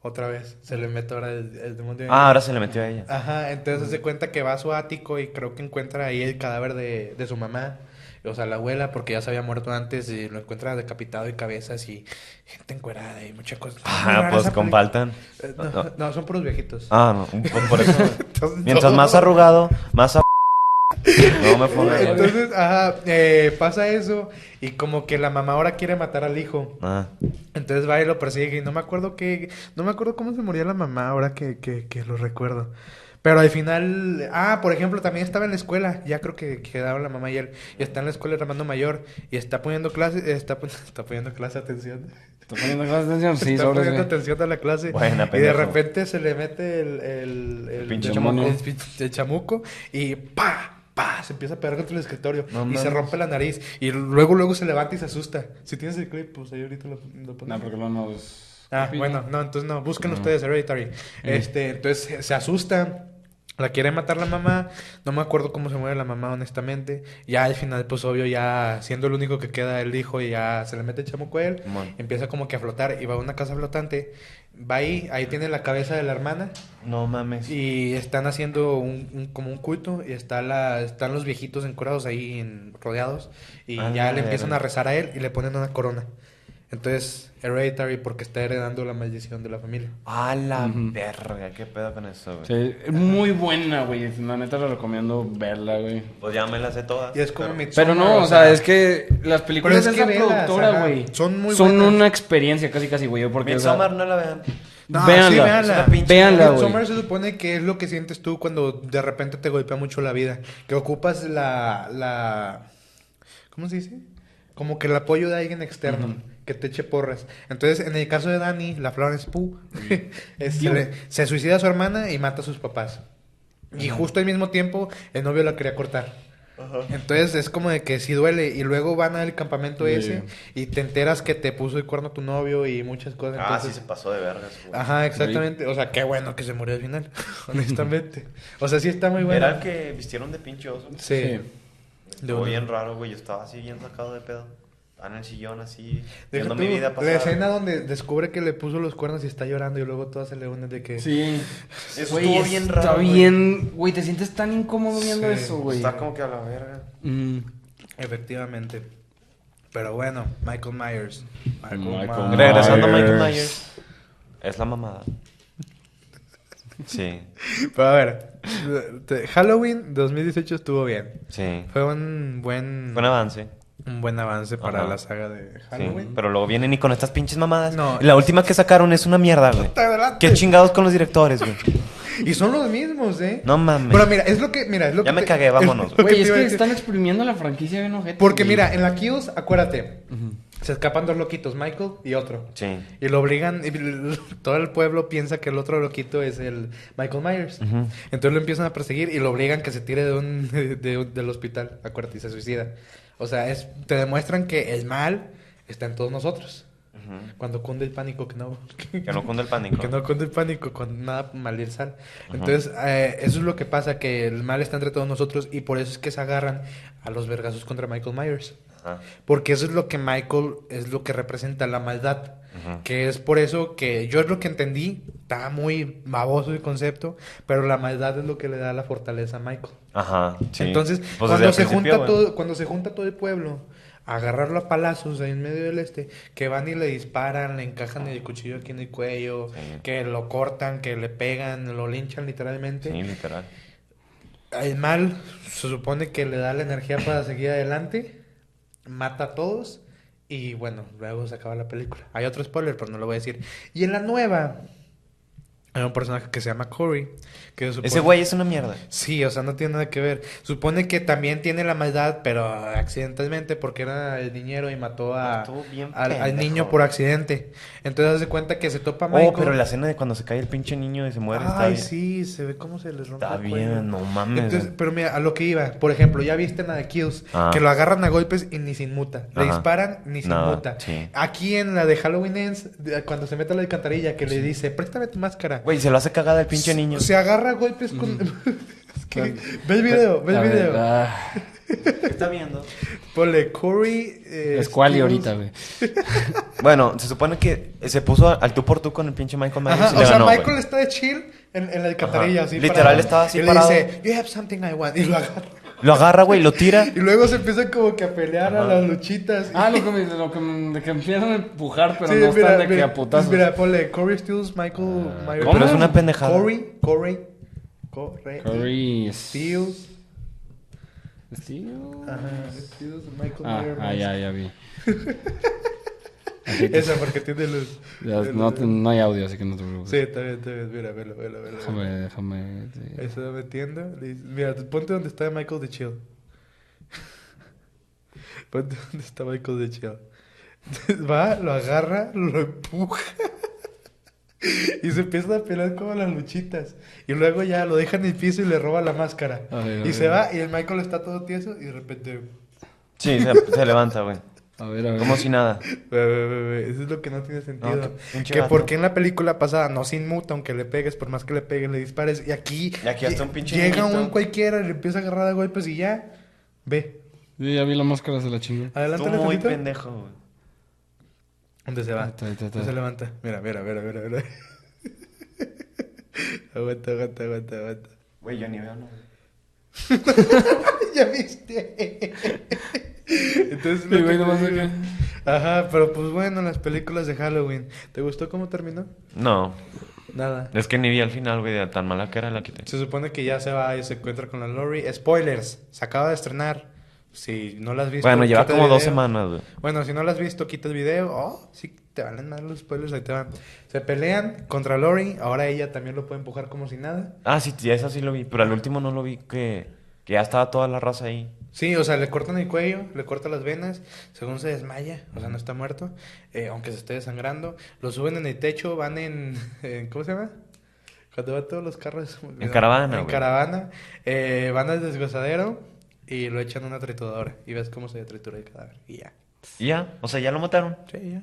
A: otra vez se le mete ahora el, el demonio.
C: Ah, ahora se le metió a ella. Mm.
A: Ajá, entonces se cuenta que va a su ático y creo que encuentra ahí el cadáver de, de su mamá. o sea, la abuela, porque ya se había muerto antes, y lo encuentra decapitado y cabezas y gente encuerada y muchas cosas. Muy
C: Ah,
A: rara
C: pues
A: esa
C: con
A: película.
C: Baltan.
A: Eh,
C: No,
A: No,
C: no.
A: no, son puros viejitos.
C: Ah, no. Por, por eso.
A: Entonces,
C: Mientras
A: no.
C: más arrugado, más a... No me pongas.
A: Entonces, ajá, eh, pasa eso y como que la mamá ahora quiere matar al hijo.
C: Ah,
A: Entonces va y lo persigue. y No me acuerdo que, no me acuerdo cómo se murió la mamá ahora que, que, que lo recuerdo. Pero al final, ah, por ejemplo, también estaba en la escuela. Ya creo que quedaba la mamá y él. Y está en la escuela el hermano mayor. Y está poniendo clase, está, pon- está poniendo clase, atención.
B: ¿Estás poniendo más atención? Sí,
A: está
B: sobre
A: poniendo atención a la clase.
C: Buena,
A: y de
C: pendejo.
A: repente se le mete el, el, el-
C: pinche
A: el-
B: mono.
A: el pin- el chamuco y ¡pa! ¡pa! Se empieza a pegar contra el escritorio
C: No
A: y se
C: mames.
A: rompe la nariz. Y luego, luego se levanta y se asusta. Si tienes el clip, pues ahí ahorita lo, lo pones.
B: No, pues, porque lo nos...
A: Ah, bueno, no, entonces no, busquen ustedes Hereditary. Este, entonces se, se asusta, la quiere matar la mamá, no me acuerdo cómo se muere la mamá, honestamente. Ya al final, pues obvio, ya siendo el único que queda el hijo, y ya se le mete el chamuco a él,
C: Simón.
A: empieza como que a flotar y va a una casa flotante, va ahí, ahí tiene la cabeza de la hermana
C: no mames.
A: y están haciendo un, un- como un culto y está la, están los viejitos encorados ahí en- rodeados y
C: Ah,
A: ya le
C: ya,
A: empiezan
C: ya.
A: a rezar a él y le ponen una corona. Entonces, hereditary porque está heredando la maldición de la familia.
C: A la
B: Ujú.
C: verga, qué pedo con eso, güey.
B: Sí, muy buena, güey. La neta lo recomiendo verla, güey.
C: Pues ya me las sé todas.
A: Y es como
C: pero-
B: Pero no, o sea, es que las películas
A: Pero es
B: de
A: que
B: esa
A: velas,
B: productora,
A: ajá,
B: güey,
A: son muy
B: son
A: buenas.
B: una experiencia casi casi, güey, porque o sea,
C: Midsommar no la vean. Ah,
A: No,
B: véanla,
A: sí, véanla.
B: o sea, véanla, güey.
A: Midsommar se supone que es lo que sientes tú cuando de repente te golpea mucho la vida. Que ocupas la. la ¿Cómo se dice? Como que el apoyo de alguien externo. Que te eche porras. Entonces, en el caso de Dani, la Florence Pugh, es- se, le- se suicida a su hermana y mata a sus papás. Y justo al mismo tiempo, el novio la quería cortar. Entonces, es como de que sí duele. Y luego van al campamento
B: Sí.
A: ese y te enteras que te puso el cuerno tu novio y muchas cosas.
C: Ah,
A: Entonces,
C: sí se pasó de vergas, güey.
A: Ajá, exactamente. O sea, qué bueno que se murió al final, honestamente. O sea, sí está muy bueno.
C: Era el que vistieron de pinche oso.
A: Sí.
C: Estuvo
A: una.
C: bien raro, güey. Yo estaba así bien sacado de pedo. Estaba en el sillón así,
A: Deja
C: viendo
A: tú,
C: mi vida pasar.
A: La escena donde descubre que le puso los cuernos y está llorando y luego todas se le unen de que...
B: Sí.
C: Eso
B: Güey,
C: estuvo bien
B: está
C: raro, güey.
B: bien, güey, te sientes tan incómodo viendo
A: Sí,
B: eso, güey.
C: Está como que a la verga.
B: Mm.
A: Efectivamente. Pero bueno, Michael Myers.
B: Michael
A: Myers.
B: Myers.
C: Regresando a Michael
B: Myers.
C: Myers. Es la mamada. Sí,
A: Pero a ver, te- Halloween 2018 estuvo bien.
C: sí.
A: Fue un buen,
C: Fue un avance.
A: un buen avance para
C: Ajá.
A: la saga de
C: Sí,
A: Halloween.
C: pero luego vienen y con estas pinches mamadas.
A: No.
C: La última que sacaron es una mierda, güey.
A: Te adelante.
C: Qué chingados con los directores, güey.
A: Y son los mismos, ¿eh?
C: No mames.
A: Pero mira, es lo que... Mira, es lo
C: Ya
A: que
C: me
A: te-
C: cagué,
A: es-
C: vámonos,
A: lo
B: Güey,
A: te
B: es
A: iba a
B: que
A: decir.
B: están exprimiendo la franquicia bien ojete.
A: Porque
B: güey.
A: mira, en la Kios, acuérdate, se escapan dos loquitos, Michael y otro.
C: Sí.
A: Y lo obligan, y l- todo el pueblo piensa que el otro loquito es el Michael Myers.
C: Ujú.
A: Entonces lo empiezan a perseguir y lo obligan que se tire de un, de un- del hospital, acuérdate, y se suicida. O sea, es, te demuestran que el mal está en todos nosotros.
C: Ujú.
A: Cuando cunde el pánico, que no,
C: Que no cunde el pánico.
A: que no cunde el pánico, con nada mal sal.
C: Ajá.
A: Entonces, eh, eso es lo que pasa, que el mal está entre todos nosotros y por eso es que se agarran a los vergazos contra Michael Myers.
C: Ajá.
A: Porque eso es lo que Michael es lo que representa la maldad.
C: Ujú.
A: Que es por eso que yo es lo que entendí, está muy baboso el concepto, pero la maldad es lo que le da la fortaleza a Michael.
C: Ajá. Sí.
A: Entonces,
C: Pues desde
A: cuando,
C: el
A: se
C: principio,
A: junta
C: güey.
A: todo, cuando se junta todo el pueblo a agarrarlo a palazos ahí en medio del este, que van y le disparan, le encajan el cuchillo aquí en el cuello,
C: Sí.
A: que lo cortan, que le pegan, lo linchan literalmente.
C: Sí, literal.
A: El mal se supone que le da la energía para seguir adelante, mata a todos y bueno, luego se acaba la película. Hay otro spoiler, pero no lo voy a decir. Y en la nueva hay un personaje que se llama Corey, que se supone...
C: Ese güey es una mierda.
A: Sí, o sea, no tiene nada que ver. Supone que también tiene la maldad, pero accidentalmente, porque era el niñero y mató a,
C: Estuvo bien
A: al, al
C: pendejo.
A: niño por accidente. Entonces hace cuenta que se topa
C: Oh,
A: Michael.
C: pero la escena de cuando se cae el pinche niño y se muere está
A: Ay,
C: bien.
A: sí, se ve cómo se les rompe
C: Está
A: el cuello.
C: bien, no mames.
A: Entonces,
C: güey.
A: pero mira, a lo que iba, por ejemplo, ya viste en la de Kills,
C: Ah.
A: que lo agarran a golpes y ni se inmuta. Le
C: Ajá.
A: disparan, ni se
C: Nada,
A: inmuta.
C: sí.
A: Aquí en la de Halloween Ends, de- cuando se mete a la alcantarilla, que le dice, préstame tu máscara.
C: Güey, se lo hace cagada el pinche niño.
A: Se agarra a golpes con... es que... Ve el video, ve
B: A
A: el
B: ver,
A: video.
B: ah,
C: ¿Qué está viendo?
A: Ponle Corey... eh,
B: es cual y
A: Stills.
B: ahorita, güey.
C: Bueno, se supone que se puso al tú por tú con el pinche Michael Myers
A: Ajá,
C: y
A: o
C: le
A: sea,
C: ganó, güey.
A: Michael está de chill en, en la alcantarilla,
C: Ajá.
A: así.
C: Literal
A: parado.
C: estaba así
A: Y le
C: parado.
A: dice, you have something I want. Y lo agarra.
C: Lo agarra, güey, lo tira.
A: Y luego se empieza como que a pelear a
C: Ajá.
A: las luchitas.
B: Ah, lo que, me, lo que, me- de que empiezan a empujar, pero
A: Sí,
B: no están de que
A: mira,
B: a putazos.
A: Mira, ponle Corey Stills, Michael Myers.
C: Pero es una pendejada.
A: Corey, Corey, Corey.
B: Curry.
A: Stills.
B: Steel.
A: Ajá. Stills, Michael
B: Ah,
A: Myers.
B: ah, ya, ya vi. Así que-
A: Esa porque tiene los.
B: ya,
A: el-
B: no, te- no hay audio, así que no te preocupes.
A: Sí, está bien, está bien. Mira, velo, velo, velo.
B: Déjame, déjame. sí.
A: Ahí se va metiendo. Le dice- Mira, ponte donde está Michael de Chill. Ponte donde está Michael de Chill. Entonces va, lo agarra, lo empuja. Y se empieza a pelear como las luchitas. Y luego ya lo deja en el piso y le roba la máscara.
B: A ver, a
A: y
B: ver.
A: se va y el Michael está todo tieso y de repente...
C: Sí, se, se levanta, güey.
B: A ver, a ver.
C: Como si nada.
A: "Ve, ve, ve, ve". Eso es lo que no tiene sentido.
C: No, qué pinche
A: que
C: vato.
A: porque en la película pasada no se inmuta aunque le pegues, por más que le pegues, le dispares. Y aquí,
C: Y aquí hasta un pinche
A: llega
C: niñito.
A: un cualquiera y le empieza a agarrar a golpes y ya. Ve.
B: Sí, ya vi la máscara, se la chingó.
A: Adelante,
C: Tú muy
A: tantito.
C: pendejo, güey.
A: ¿Dónde se
B: Ahí
A: va?
B: está, ahí está, ahí está.
A: ¿Dónde se levanta? Mira, mira, mira, mira, mira. aguanta, aguanta, aguanta, aguanta.
C: Güey, yo ni veo, no.
A: ya viste. Entonces,
B: Y güey,
A: lo que
B: nomás
A: te
B: acá.
A: digo- Ajá, pero pues bueno, las películas de Halloween. ¿Te gustó cómo terminó?
C: No,
A: Nada.
C: es que ni vi al final, güey, de tan mala que era la quité.
A: Se supone que ya se va y se encuentra con la Lori. Spoilers, se acaba de estrenar. Si no las has visto,
C: Bueno, lleva
A: quita
C: como
A: el
C: dos
A: video.
C: semanas, güey.
A: Bueno, si no lo has visto, quita el video. Oh, sí, te valen más los spoilers, ahí te van. Se pelean contra Lori. Ahora ella también lo puede empujar como si nada.
C: Ah, sí, sí, esa sí lo vi, pero al último no lo vi, que, que ya estaba toda la raza ahí.
A: Sí, o sea, le cortan el cuello, le cortan las venas. Según se desmaya, o sea, no está muerto. eh, aunque se esté desangrando. Lo suben en el techo, van en. en- ¿Cómo se llama? Cuando van todos los carros.
C: En caravana,
A: En
C: güey.
A: caravana. Eh, van al desgozadero y lo echan a una trituradora. Y ves cómo se tritura el cadáver. Y ya.
C: Y ya, o sea, ya lo mataron.
A: Sí, ya.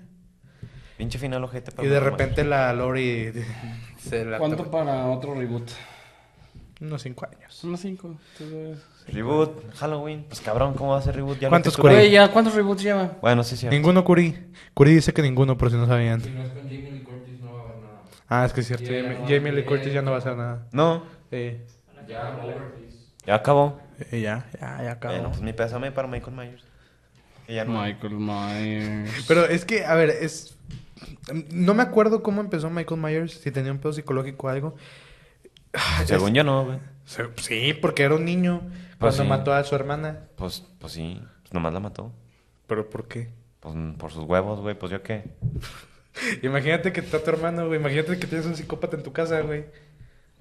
C: Pinche final ojete. para
A: Y de
C: mamar.
A: repente la Lori se la
B: ¿Cuánto para otro reboot?
A: Unos cinco años.
B: Son unas cinco. entonces-
C: Reboot, Halloween. Pues cabrón, ¿cómo va a ser reboot? Ya lo
A: ¿Cuántos
C: que tú-
A: Curi.
B: Güey, ya, ¿cuántos reboots lleva?
C: Bueno, sí, sí.
A: Ninguno Curi. Curi dice que ninguno, por si no sabían.
D: Si no es con Jamie Lee Curtis, no va a haber nada.
A: Ah, es que es cierto.
D: Yeah,
A: Jamie,
D: no,
A: Jamie Lee
D: yeah.
A: Curtis ya no va a hacer nada.
C: No,
A: Eh,
D: Ya, over, please.
C: ya acabó.
A: eh, ya, ya, ya acabó.
C: Bueno, pues mi pésame para Michael Myers. Que ya no.
B: Michael Myers.
A: Pero es que, a ver, es. No me acuerdo cómo empezó Michael Myers, si tenía un pedo psicológico o algo.
C: Pues, Según yo no, güey.
A: Se- Sí, porque era un niño
C: Pues
A: cuando
C: sí.
A: mató a su hermana.
C: Pues, pues sí, pues nomás la mató.
A: ¿Pero por qué?
C: Pues mm, por sus huevos, güey, pues yo qué.
A: Imagínate que está tu hermano, güey. Imagínate que tienes un psicópata en tu casa, güey.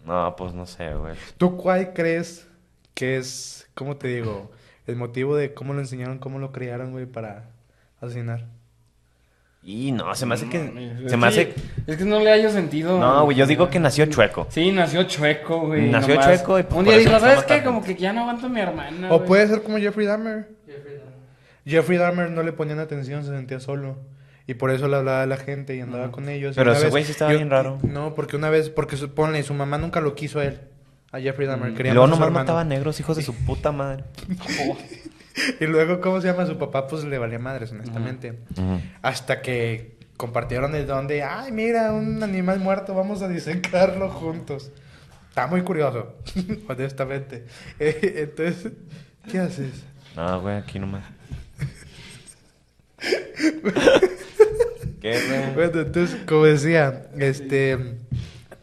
C: No, pues no sé, güey.
A: ¿Tú cuál crees que es, cómo te digo, el motivo de cómo lo enseñaron, cómo lo criaron, güey, para asesinar?
C: Y no, se me hace que.
B: Mames,
C: Se me
B: es
C: hace.
B: que- Es que no le hallo sentido.
C: No, güey, yo digo que nació chueco.
B: Sí, nació chueco, güey.
C: Nació
B: nomás.
C: chueco y pues
B: Un
C: por
B: día
C: eso
B: dijo,
C: empezó a
B: ¿sabes qué?
C: matar
B: Como
C: gente".
B: que ya no aguanto a mi hermana.
A: O
B: güey".
A: puede ser como Jeffrey Dahmer.
D: Jeffrey Dahmer.
A: Jeffrey Dahmer no le ponían atención, se sentía solo. Y por eso le hablaba a la gente y andaba con ellos. Y
C: Pero
A: una
C: ese
A: vez-
C: güey sí estaba
A: y-
C: bien raro.
A: No, porque una vez, porque su- ponle, su mamá nunca lo quiso a él, a Jeffrey Dahmer.
C: Y
A: Quería
C: Mm. luego
A: más a su
C: nomás
A: hermano.
C: mataba a negros, hijos de su puta madre.
A: Y luego, ¿cómo se llama? Su papá, pues le valía madres, honestamente. Hasta que compartieron el don de, ay, mira, un animal muerto, vamos a disecarlo juntos. Está muy curioso, honestamente. Eh, Entonces, ¿qué haces?
C: No, güey, aquí nomás. ¿Qué, güey?
A: Bueno, entonces, como decía, este,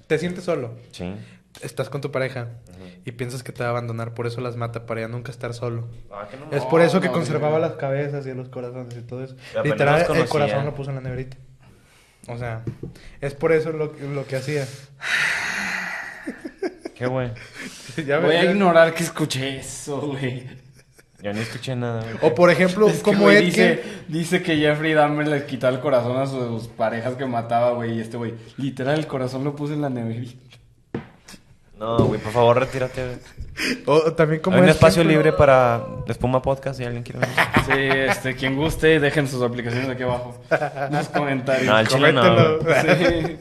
A: te sientes solo,
C: Sí.
A: estás con tu pareja y piensas que te va a abandonar, por eso las mata, para ya nunca estar solo.
C: Ah, que no
A: Es por eso que
B: no,
A: conservaba
B: mira.
A: las cabezas y los corazones y todo eso.
C: Pero apenas
A: Literal,
C: los
A: el
C: conocía.
A: corazón lo puso en la neverita. O sea, es por eso lo, lo que hacía.
C: ¿Qué, güey?
A: Ya me-
B: Voy a
A: ya-
B: ignorar que escuché eso, güey.
C: Yo ni escuché nada, güey.
A: O por ejemplo,
B: Es que,
A: como
B: güey,
A: Edgar.
B: dice, dice que Jeffrey Dahmer le quitaba el corazón a sus parejas que mataba, güey. Y este güey, literal, el corazón lo puso en la neverita.
C: No, güey, por favor, retírate, güey.
A: O también como
C: Hay un
A: Ed
C: espacio
A: Kemper.
C: libre para Espuma Podcast si alguien quiere venir.
B: Sí, este, quien guste, dejen sus aplicaciones aquí abajo. Los comentarios.
C: No, al Ah, chile no.
A: Coméntelo.
B: Sí.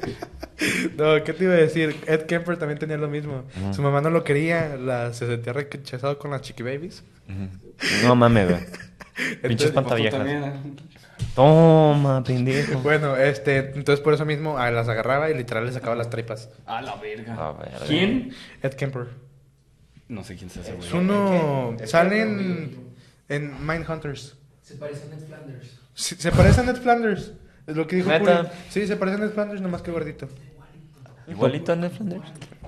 A: No, ¿qué te iba a decir? Ed Kemper también tenía lo mismo. Su mamá no lo quería, la, se sentía rechazado con las chiqui babies.
C: No mames, güey. Pinches
A: Entonces,
B: Pues tú
C: pantaviejas.
B: también.
C: Toma, pendejo.
A: Bueno, este, entonces por eso mismo ah, las agarraba y literal les sacaba las tripas.
B: A la verga.
C: A ver,
B: ¿Quién?
A: Ed Kemper.
B: No sé quién se hace, güey.
A: Es uno. Salen en Mindhunters.
D: Se parece a Ned Flanders.
A: Sí, se parece a Ned Flanders. Es lo que dijo
C: ¿Neta?
A: Puri. Sí, se parece a Ned Flanders, nomás que gordito.
C: Igualito a Ned Flanders.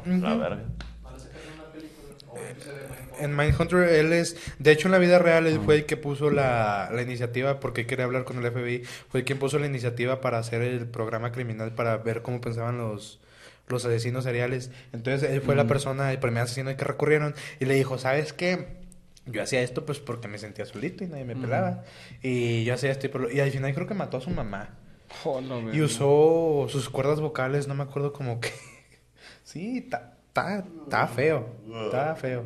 C: La
A: Ujú.
C: verga.
D: Para sacar una película. O se ve mejor.
A: En Mindhunter, él es. De hecho, en la vida real, él fue el que puso la, la iniciativa, porque quería hablar con el FBI. Fue el quien puso la iniciativa para hacer el programa criminal, para ver cómo pensaban los, los asesinos seriales. Entonces, él fue la persona, el primer asesino al que recurrieron. Y le dijo: ¿Sabes qué? Yo hacía esto pues porque me sentía solito y nadie me pelaba. Y yo hacía esto y, por lo- y al final creo que mató a su mamá.
B: Oh, la verga.
A: Y usó sus cuerdas vocales, no me acuerdo como que. Sí, está ta, ta feo. Está feo.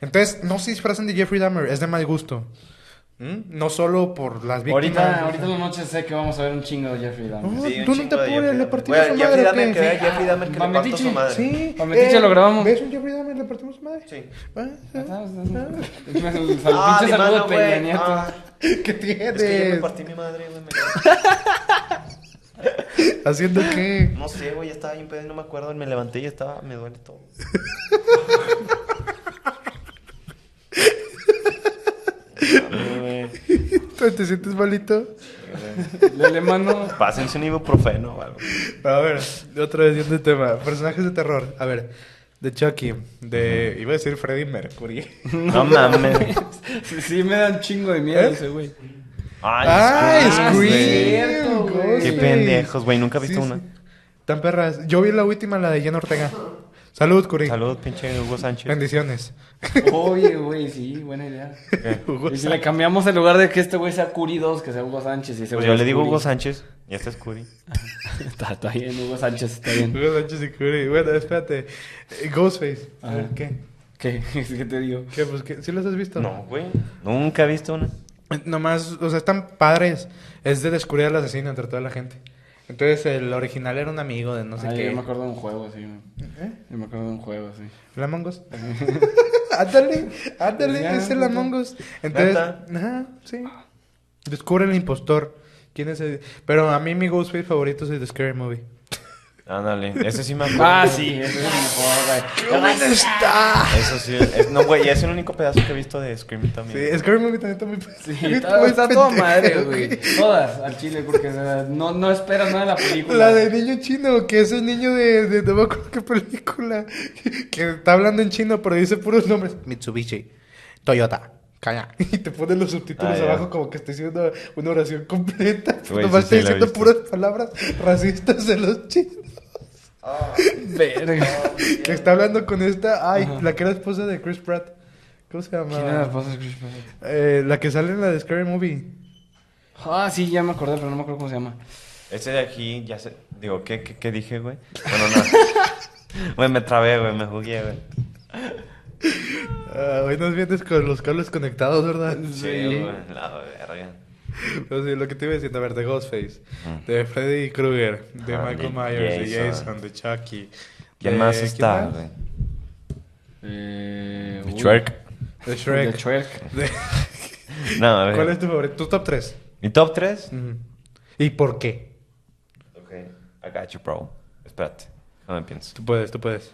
A: Entonces, no se disfrazan de Jeffrey Dahmer, es de mal gusto. ¿Mm? No solo por las víctimas.
B: Ahorita, ahorita en la noche sé que vamos a ver un chingo de Jeffrey Dahmer.
A: No,
C: Sí, un
A: tú no
C: chingo
A: te
C: de
A: apures,
C: Jeffrey
A: le
C: Dahmer.
A: partimos
C: Güey,
A: su madre,
C: Jeffrey
A: ¿o qué?
C: Dahmer, que vea
B: Sí.
C: Jeffrey Dahmer que
B: Ah,
C: le parto
B: Mametiche.
C: su madre.
A: Sí. eh,
B: Con Metiche lo grabamos.
A: ¿Ves un Jeffrey Dahmer? ¿Le partimos su madre?
C: Sí.
A: Ah, ah, ah.
B: El
C: Ah,
B: pinche
C: mi
B: saludo
C: mano,
B: de Peña
C: güey.
B: Nieto.
C: Ah,
A: ¿Qué
C: es que yo me
A: tienes?
C: partí mi madre, güey. me-
A: ¿Haciendo qué?
C: No sé, güey, ya estaba bien pedo y no me acuerdo. Me levanté y estaba, me duele todo. Mami, güey.
A: ¿Te sientes malito?
B: Lele mano.
C: Pásense un ibuprofeno o algo.
A: A ver, otra vez yendo de tema. Personajes de terror. A ver, de Chucky, de. Iba a decir Freddie Mercury.
C: No mames.
B: Sí, sí me dan chingo de miedo
A: ¿Eh?
B: ese güey.
C: Ay,
A: ¡Ay,
B: Scream,
A: Ah, Scream!
B: cierto, güey.
A: Ghostface.
C: Qué pendejos, güey, nunca he visto
A: Sí,
C: una.
A: sí. Tan perras. Yo vi la última, la de Jenna Ortega. Salud, Curi.
C: Saludos, pinche Hugo Sánchez.
A: Bendiciones.
B: Oye, güey, sí, buena idea.
A: Hugo
B: Y si
A: Sánchez.
B: le cambiamos el lugar de que este güey sea Curi 2, que sea Hugo Sánchez. Y ese
C: Pues
B: güey
C: yo
B: es
C: le digo
B: Curi.
C: Hugo Sánchez y este es Cudi.
B: Está, está bien, Hugo Sánchez, está bien.
A: Hugo Sánchez y Curi. Bueno, espérate. Eh, Ghostface. A
B: Ajá.
A: ver, ¿qué?
B: ¿Qué? ¿Qué te digo?
A: ¿Qué? Pues, ¿qué? ¿Sí los has visto? Eh,
C: No, güey, nunca he visto una.
A: Nomás, o sea, están padres. Es de descubrir al asesino entre toda la gente. Entonces, el original era un amigo de no sé
B: Ay,
A: qué.
B: Yo me acuerdo de un juego, sí.
A: ¿Eh?
B: Yo me acuerdo de un juego, sí.
A: Flamangos. ándale, ándale,
B: Ya,
A: es el
B: neta.
A: Amongos. Entonces,
C: Neta.
A: ajá, sí. Descubre el impostor. ¿Quién es el- Pero a mí mi Ghostface favorito es el de Scary Movie.
C: Ándale, ese sí me acuerdo.
B: Ah, sí, ese es el mejor, güey.
A: ¿Dónde está?
C: Eso sí, es- no, güey, es el único pedazo que he visto de Scream también.
A: Sí, Scary Movie también está muy...
B: Sí,
A: muy
B: está, está
A: pendejo,
B: toda madre, güey. Todas al chile, porque o sea, no, no esperas nada de la película.
A: La de niño chino, que es el niño de, de no me acuerdo qué película, que está hablando en chino, pero dice puros nombres. Mitsubishi, Toyota, Kaya. Y te ponen los subtítulos
C: Ah, ya.
A: abajo como que esté haciendo una, una oración completa.
C: Güey,
A: nomás
C: sí, sí,
A: estoy
C: la he
A: diciendo
C: visto.
A: puras palabras racistas de los chinos.
B: Verga.
A: Que está hablando con esta, ay,
B: Ajá.
A: la que era esposa de Chris Pratt. ¿Cómo se
B: ¿Quién era la
A: llama? Eh,
B: esposa de Chris Pratt?
A: la que sale en la de Scary Movie.
B: Ah, sí, ya me acordé, pero no me acuerdo cómo se llama.
C: Ese de aquí, ya sé. Digo, ¿qué, qué, qué dije, güey? Bueno, no. Güey, me trabé, güey, me jugué, güey.
A: Ah, hoy nos vienes con los cables conectados, ¿verdad?
C: Sí, güey, la verga.
A: O sea, lo que te iba diciendo, a ver, de Ghostface, de Freddy Krueger, de
C: Ah,
A: Michael
C: de
A: Myers, de
C: Jason.
A: Jason, de Chucky.
C: ¿Quién
A: de-
C: más
A: ¿quién
C: está,
A: más? Uh,
C: güey?
B: Eh, uy.
C: Shrek.
A: De
B: De
A: Shrek.
B: Shrek.
A: De-
C: No, a ver.
A: ¿Cuál es tu favorito? ¿Tu top 3?
C: ¿Mi top 3?
A: ¿Y por qué?
C: Ok, I got you, bro. Espérate, no me pienso.
A: Tú puedes, tú puedes.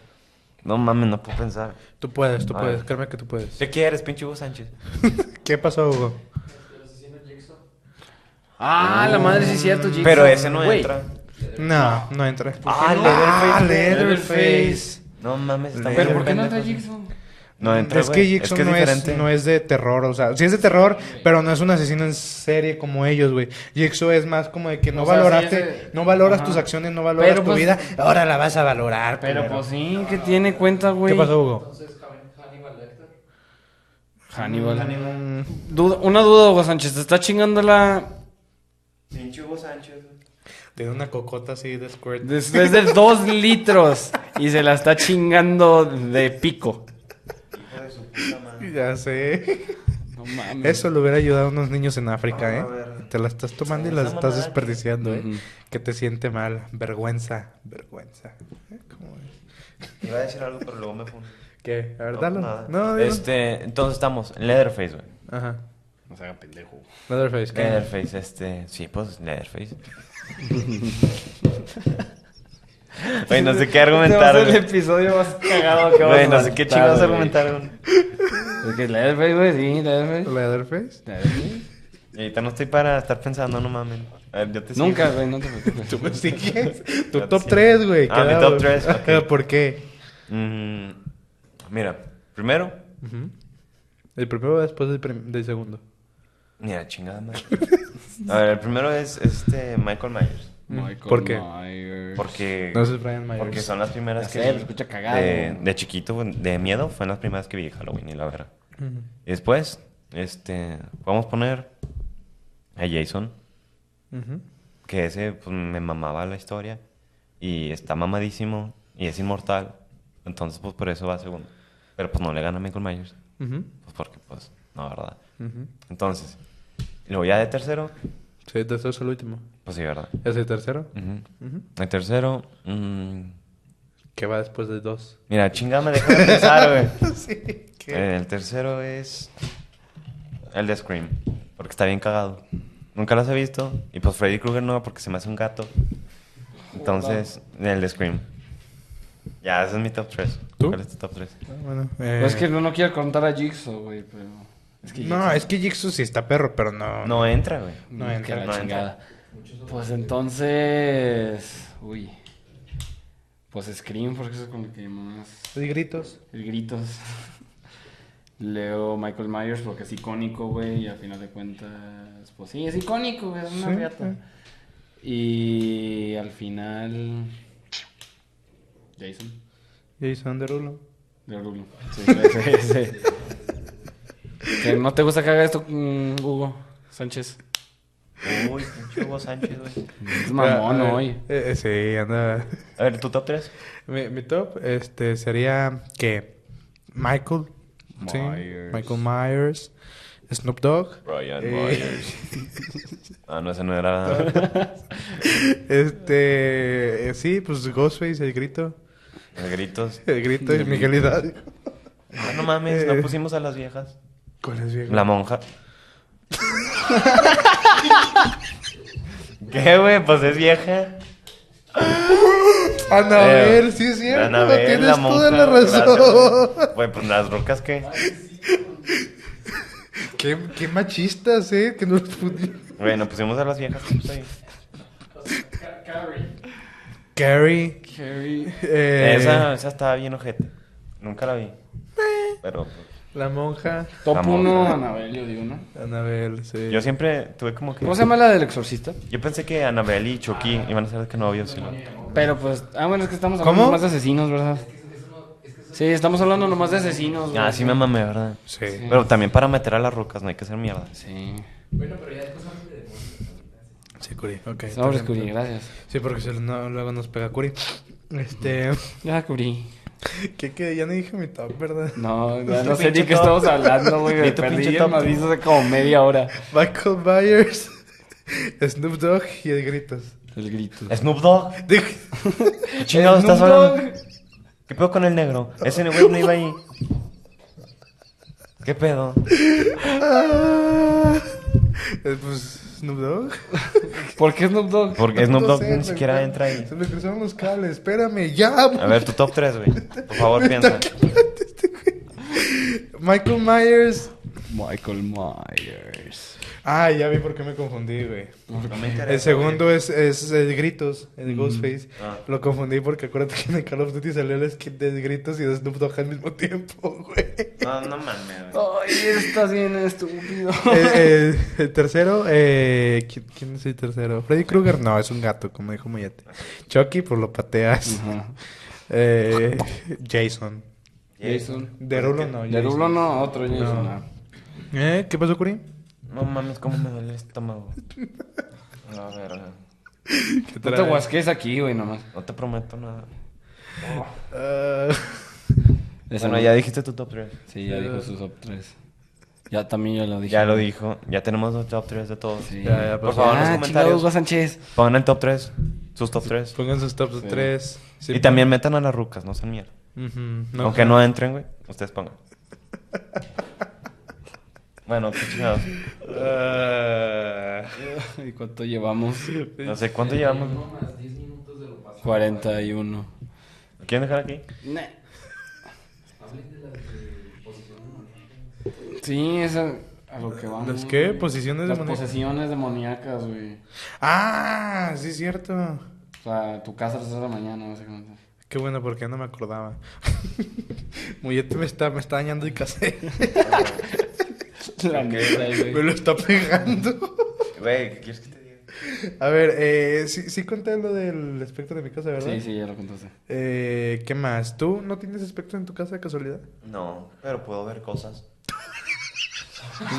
C: No mames, no puedo pensar.
A: Tú puedes, tú
C: A
A: puedes.
C: ver.
A: Créeme que tú puedes.
C: ¿Qué quieres, pinche Hugo Sánchez?
A: ¿Qué pasó, Hugo?
D: El asesino Jackson.
B: Ah, la madre sí es cierto, Jason.
C: Pero ese no
B: Güey,
C: entra.
A: No, no entra.
C: Ah,
B: no?
A: Ah,
C: Leatherface.
B: Leatherface.
C: No mames, está
A: Pero
B: ¿Pero por
C: bien
B: qué no
C: pendejo.
B: entra Jason?
C: No entra,
A: Mm, es que
C: güey.
A: Jackson
C: que
A: no, es,
C: diferente.
A: no es de terror, o sea, sí es de terror, pero no es un asesino en serie como ellos, güey. Jackson es más como de que no
B: O sea,
A: valoraste,
B: sí es de-
A: no valoras
B: Ajá.
A: tus acciones, no valoras
B: Pero,
A: tu
B: pues-
A: vida, ahora la vas a valorar.
B: Pero
A: culero.
B: pues sí, que tiene cuenta, güey.
A: ¿Qué pasó, Hugo?
D: Entonces, Han- Hannibal Lecter.
B: Hannibal. Duda- una duda, Hugo Sánchez. ¿Te está chingando la.
C: Pinche Hugo Sánchez, güey.
A: Tiene una cocota así de squirt.
B: Es es de dos litros y se la está chingando de pico.
C: Hijo de su puta madre.
A: Ya sé.
B: No mames.
A: Eso le hubiera ayudado a unos niños en África,
C: Ah, a
A: ¿eh?
C: ver.
A: Te la estás tomando y la
C: Esa
A: estás
C: mamada
A: desperdiciando, ¿eh?
B: Ujú.
A: Que te siente mal. Vergüenza, vergüenza. ¿Eh? ¿Cómo es?
C: Iba a decir algo, pero luego me fundí.
A: ¿Qué? A ver,
C: No,
A: dalo.
C: nada.
A: No, dilo.
C: Este, entonces estamos. Leatherface, güey.
A: Ajá.
B: No se haga pendejo.
A: Leatherface, ¿qué?
C: Leatherface, este. Sí, pues Leatherface. Güey, no sé qué
B: Este va a ser el
C: argumentar.
B: episodio más cagado que vamos
C: Güey,
B: a
C: no sé qué chingados
B: güey.
C: argumentaron.
B: Es que Leatherface, güey, sí, Leatherface.
A: ¿Leatherface?
B: Leatherface.
C: Y ahorita no estoy para estar pensando, no mames. A ver, yo te sigo.
B: Nunca, güey, no te preocupes.
A: ¿Tú me sigues?
C: Yo
A: Tu
C: te
A: top
C: sigo.
A: 3, güey.
C: Ah, mi
A: quedado.
C: top tres, ok.
A: ¿Por qué?
C: Mm, mira, primero.
A: Ujú. El primero va después del, prim- del segundo.
C: Mira, chingada madre. A ver, el primero es este Michael Myers.
B: Mm. Michael
A: ¿Por qué?
B: Myers.
C: Porque.
A: No es Brian Myers.
C: Porque son las primeras
B: Ya
C: que.
B: sé, lo escucho cagado.
C: De, de chiquito, güey, de miedo, fueron las primeras que vi Halloween y la verdad.
A: Ujú.
C: Y después, este. Vamos a poner a Jason.
A: Ujú.
C: Que ese, pues me mamaba la historia. Y está mamadísimo. Y es inmortal. Entonces, pues por eso va segundo. Pero pues no le gana a Michael Myers.
A: Ujú.
C: Pues porque, pues, no, ¿verdad?
A: Ujú.
C: Entonces, y luego ya de tercero,
A: Sí, el tercero es el último.
C: pues sí, ¿verdad?
A: ¿Es el tercero?
C: Ujú.
A: Ujú.
C: El tercero, mm,
A: ¿Qué va después del dos?
C: mira, chingada, me dejó de pensar, güey.
A: sí.
C: Eh, El tercero es el de Scream, porque está bien cagado. Nunca los he visto, y pues Freddy Krueger no, porque se me hace un gato. Entonces, el de Scream. Ya, ese es mi top 3.
A: ¿Tú?
C: ¿Cuál es tu top 3?
A: Bueno, eh,
B: Pues es que no, no quiero contar a Jigsaw, güey, pero. Es que
A: No, es que Jigsaw sí está perro, pero no...
C: No entra, güey.
A: no
B: no eh.
A: entra,
B: la
C: no entra.
B: chingada. Pues entonces. Uy. Pues Scream, porque eso es con lo que más.
A: Hay gritos.
B: El gritos. Leo Michael Myers porque es icónico, güey, y al final de cuentas, pues sí, es icónico, güey, es una
A: Sí,
B: riata. Y al final, Jason,
A: Jason Derulo.
B: de Rulo. Sí, ese, ese. Que no te gusta que haga esto, mm, Hugo Sánchez.
C: Uy, pinche Hugo Sánchez, güey.
B: Es
A: A
B: mamón
A: ver,
B: hoy.
A: eh, eh, sí, anda...
C: A ver, ¿tu top 3?
A: Mi, mi top este, sería que Michael, ¿sí?
B: Myers.
A: Michael Myers, Snoop Dogg,
C: Brian
A: Eh.
C: Myers. Ah, no, ese no era.
A: este, eh, sí, pues Ghostface, el grito,
C: Los gritos.
A: el grito y Miguel Hidalgo.
C: Ah, no mames, no pusimos a las viejas.
A: ¿Cuál es viejo?
C: La monja. ¿Qué, güey? Pues es vieja.
A: Anabel, sí es cierto,
C: Anabel,
A: tienes
C: la
A: toda
C: monja.
A: la razón.
C: Gracias, güey. Güey, pues las rocas, ¿qué?
A: qué, qué machistas, eh, que nos
C: Güey, no pusimos pues, a las viejas. güey.
A: Carrie,
B: Carrie.
A: eh,
C: Esa, esa estaba bien ojete. Nunca la vi. Pero pues,
A: la monja,
B: Top
C: Vamos.
B: 1, Anabel, yo digo, ¿no?
A: Anabel, sí.
C: pues, yo siempre tuve como que.
B: ¿Cómo se llama la del exorcista?
C: Yo pensé que Anabel y Chucky iban a ser que novios. y lo-
B: Pero pues, ah, bueno, es que estamos hablando
A: ¿Cómo?
B: más de asesinos, ¿verdad? Sí, estamos hablando nomás de asesinos. güey.
C: Ah, sí me mamé, ¿verdad?
A: Sí.
B: Sí.
C: Pero también para meter a las rocas, no hay que hacer mierda.
B: Sí.
D: Bueno, pero ya después hablamos de demonios.
A: Sí, Curi. Ok.
B: Sobre
A: entonces-
B: cubrí, pues, gracias.
A: Sí, porque se- no- luego nos pega Curi. Este.
B: Ya cubrí.
A: ¿Qué, qué? Ya no dije mi top, ¿verdad?
B: No,
C: Di
B: ya
C: tu
B: no sé ni
C: pinche
B: qué
C: top.
B: estamos hablando, güey.
C: Di
B: Me
C: tu
B: perdí
C: pinche
B: el
C: top.
B: macizo hace como media hora.
A: Michael Myers, Snoop Dogg y el gritos.
B: El grito.
C: Snoop Dogg.
A: Dije-
C: ¿Qué
A: Eh,
C: chingados
B: Snoop
C: estás hablando? ¿Qué pedo con el negro? Ese negro no iba ahí. ¿Qué pedo?
A: Ah, eh, pues Snoop Dogg.
B: ¿Por qué Snoop Dogg?
C: Porque Snoop
A: No
C: Dogg
A: sé,
C: ni
A: se
C: siquiera
A: me-
C: entra ahí.
A: Se me cruzaron los cables. Espérame, ya.
C: A ver, tu top 3, güey. Por favor, piensa.
A: Michael Myers.
B: Michael Myers.
A: Ah, ya vi por qué me confundí, güey.
C: No me interesa,
A: El segundo es, es el Gritos, el Ghostface.
C: Ah.
A: Lo confundí porque acuérdate que en el Call of Duty salió el skin de Gritos y de Snoop Dogg al mismo tiempo, güey.
C: güey. No, no mames, güey.
B: Ay, estás bien estúpido.
A: Eh, eh, el tercero, eh, ¿quién, quién es el tercero? Freddy Krueger, no, es un gato, como dijo Mollete. Chucky, pues lo
C: Mm.
A: pateas.
B: Ajá.
A: Eh, Jason.
B: Jason.
A: Derulo no.
B: De Rulo no, otro Jason.
A: No.
B: no.
A: Jason. ¿Eh? ¿Qué pasó, Curi?
C: No mames, cómo me duele el estómago. A ver,
A: ¿Qué
B: No te
A: traes?
B: guasques aquí, güey, nomás.
C: no te prometo nada.
A: Ah,
B: Esa
C: Bueno,
B: no.
C: ya dijiste tu top 3.
B: Sí, ya dijo sus top 3. Ya también ya lo dije.
C: Ya lo dijo. Ya tenemos los top 3 de todos.
B: Sí.
A: Ya, ya
C: Por
A: pasó.
C: favor, en los
B: Ah, chingados, Hugo
C: comentarios.
B: Sánchez.
C: Pongan el top 3. Sus top 3.
A: pongan sus tops
B: Sí.
A: 3.
C: Y también metan a las rucas, no sean mierda. Aunque no entren, güey, ustedes pongan. bueno, qué chingados.
B: ¿Y cuánto llevamos?
C: Ah. No sé cuánto llevamos.
D: Uno más 10 minutos de lo pasado.
B: 41.
C: ¿Lo ¿Quieren dejar aquí?
D: Hablen de las de posición demoníaca.
B: Sí, es a, a lo que vamos.
A: ¿Las qué? ¿Posiciones
B: Las
A: demoníacas?
B: posesiones demoníacas, güey.
A: Ah, sí, es cierto.
B: O sea, tu casa a las 3 de la mañana, básicamente.
A: Qué bueno, porque ya no me acordaba. Muyete me está, me está dañando el cassette.
B: La neta,
A: me lo está pegando.
C: Güey, ¿qué quieres que te diga?
A: A ver, eh, sí, sí conté lo del espectro de mi casa, ¿verdad?
B: Sí, sí, ya lo contaste.
A: Eh, ¿Qué más? ¿Tú no tienes espectro en tu casa de casualidad?
C: No, pero puedo ver cosas.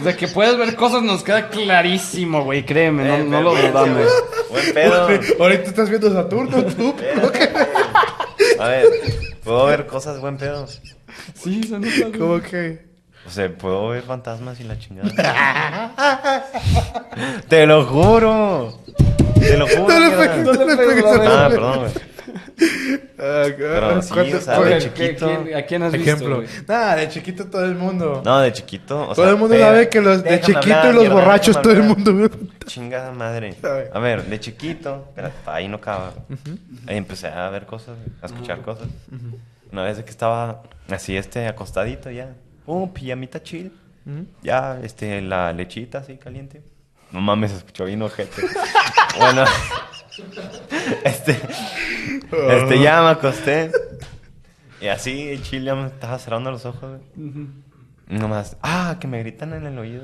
B: De que puedes ver cosas nos queda clarísimo, güey, créeme, no,
C: Eh,
B: no lo
C: pero-
B: dudamos.
C: Buen pedo.
A: Ahorita estás viendo Saturno, tú.
C: Espérate. A ver, puedo ver cosas, buen pedo.
B: Sí, se nota.
A: ¿Cómo que?
C: O sea, puedo ver fantasmas y la chingada. Te lo juro. Te lo juro.
A: No le
C: mierda.
A: pegues, no le pegues.
C: Ah,
A: no le-
C: perdón, güey.
A: Ah, ah,
C: sí,
A: ¿cuánto-
C: o sea,
A: cuál-
C: de
B: Oye,
C: chiquito.
B: ¿qué- quién- ¿A quién has
A: Ejemplo.
B: visto?
A: Nada, de chiquito todo el mundo.
C: No, de chiquito. o
A: todo
C: sea,
A: el mundo
C: espera.
A: sabe que los de
C: Déjame
A: chiquito
C: hablar,
A: y los
C: mierda,
A: borrachos
C: déjame
A: todo el mundo.
C: hablar. Chingada madre.
A: A ver.
C: A ver, de chiquito, espérate, ahí no acaba. Ahí empecé a ver cosas, a escuchar cosas. Una vez de que estaba así, este, acostadito ya. Uh, pijamita chill. Ya, este, la lechita así caliente. No mames, se escuchó bien ojete. bueno, este, este, ya me acosté. Y así, el chill ya me estaba cerrando los ojos. güey. Nomás, ah, que me gritan en el oído.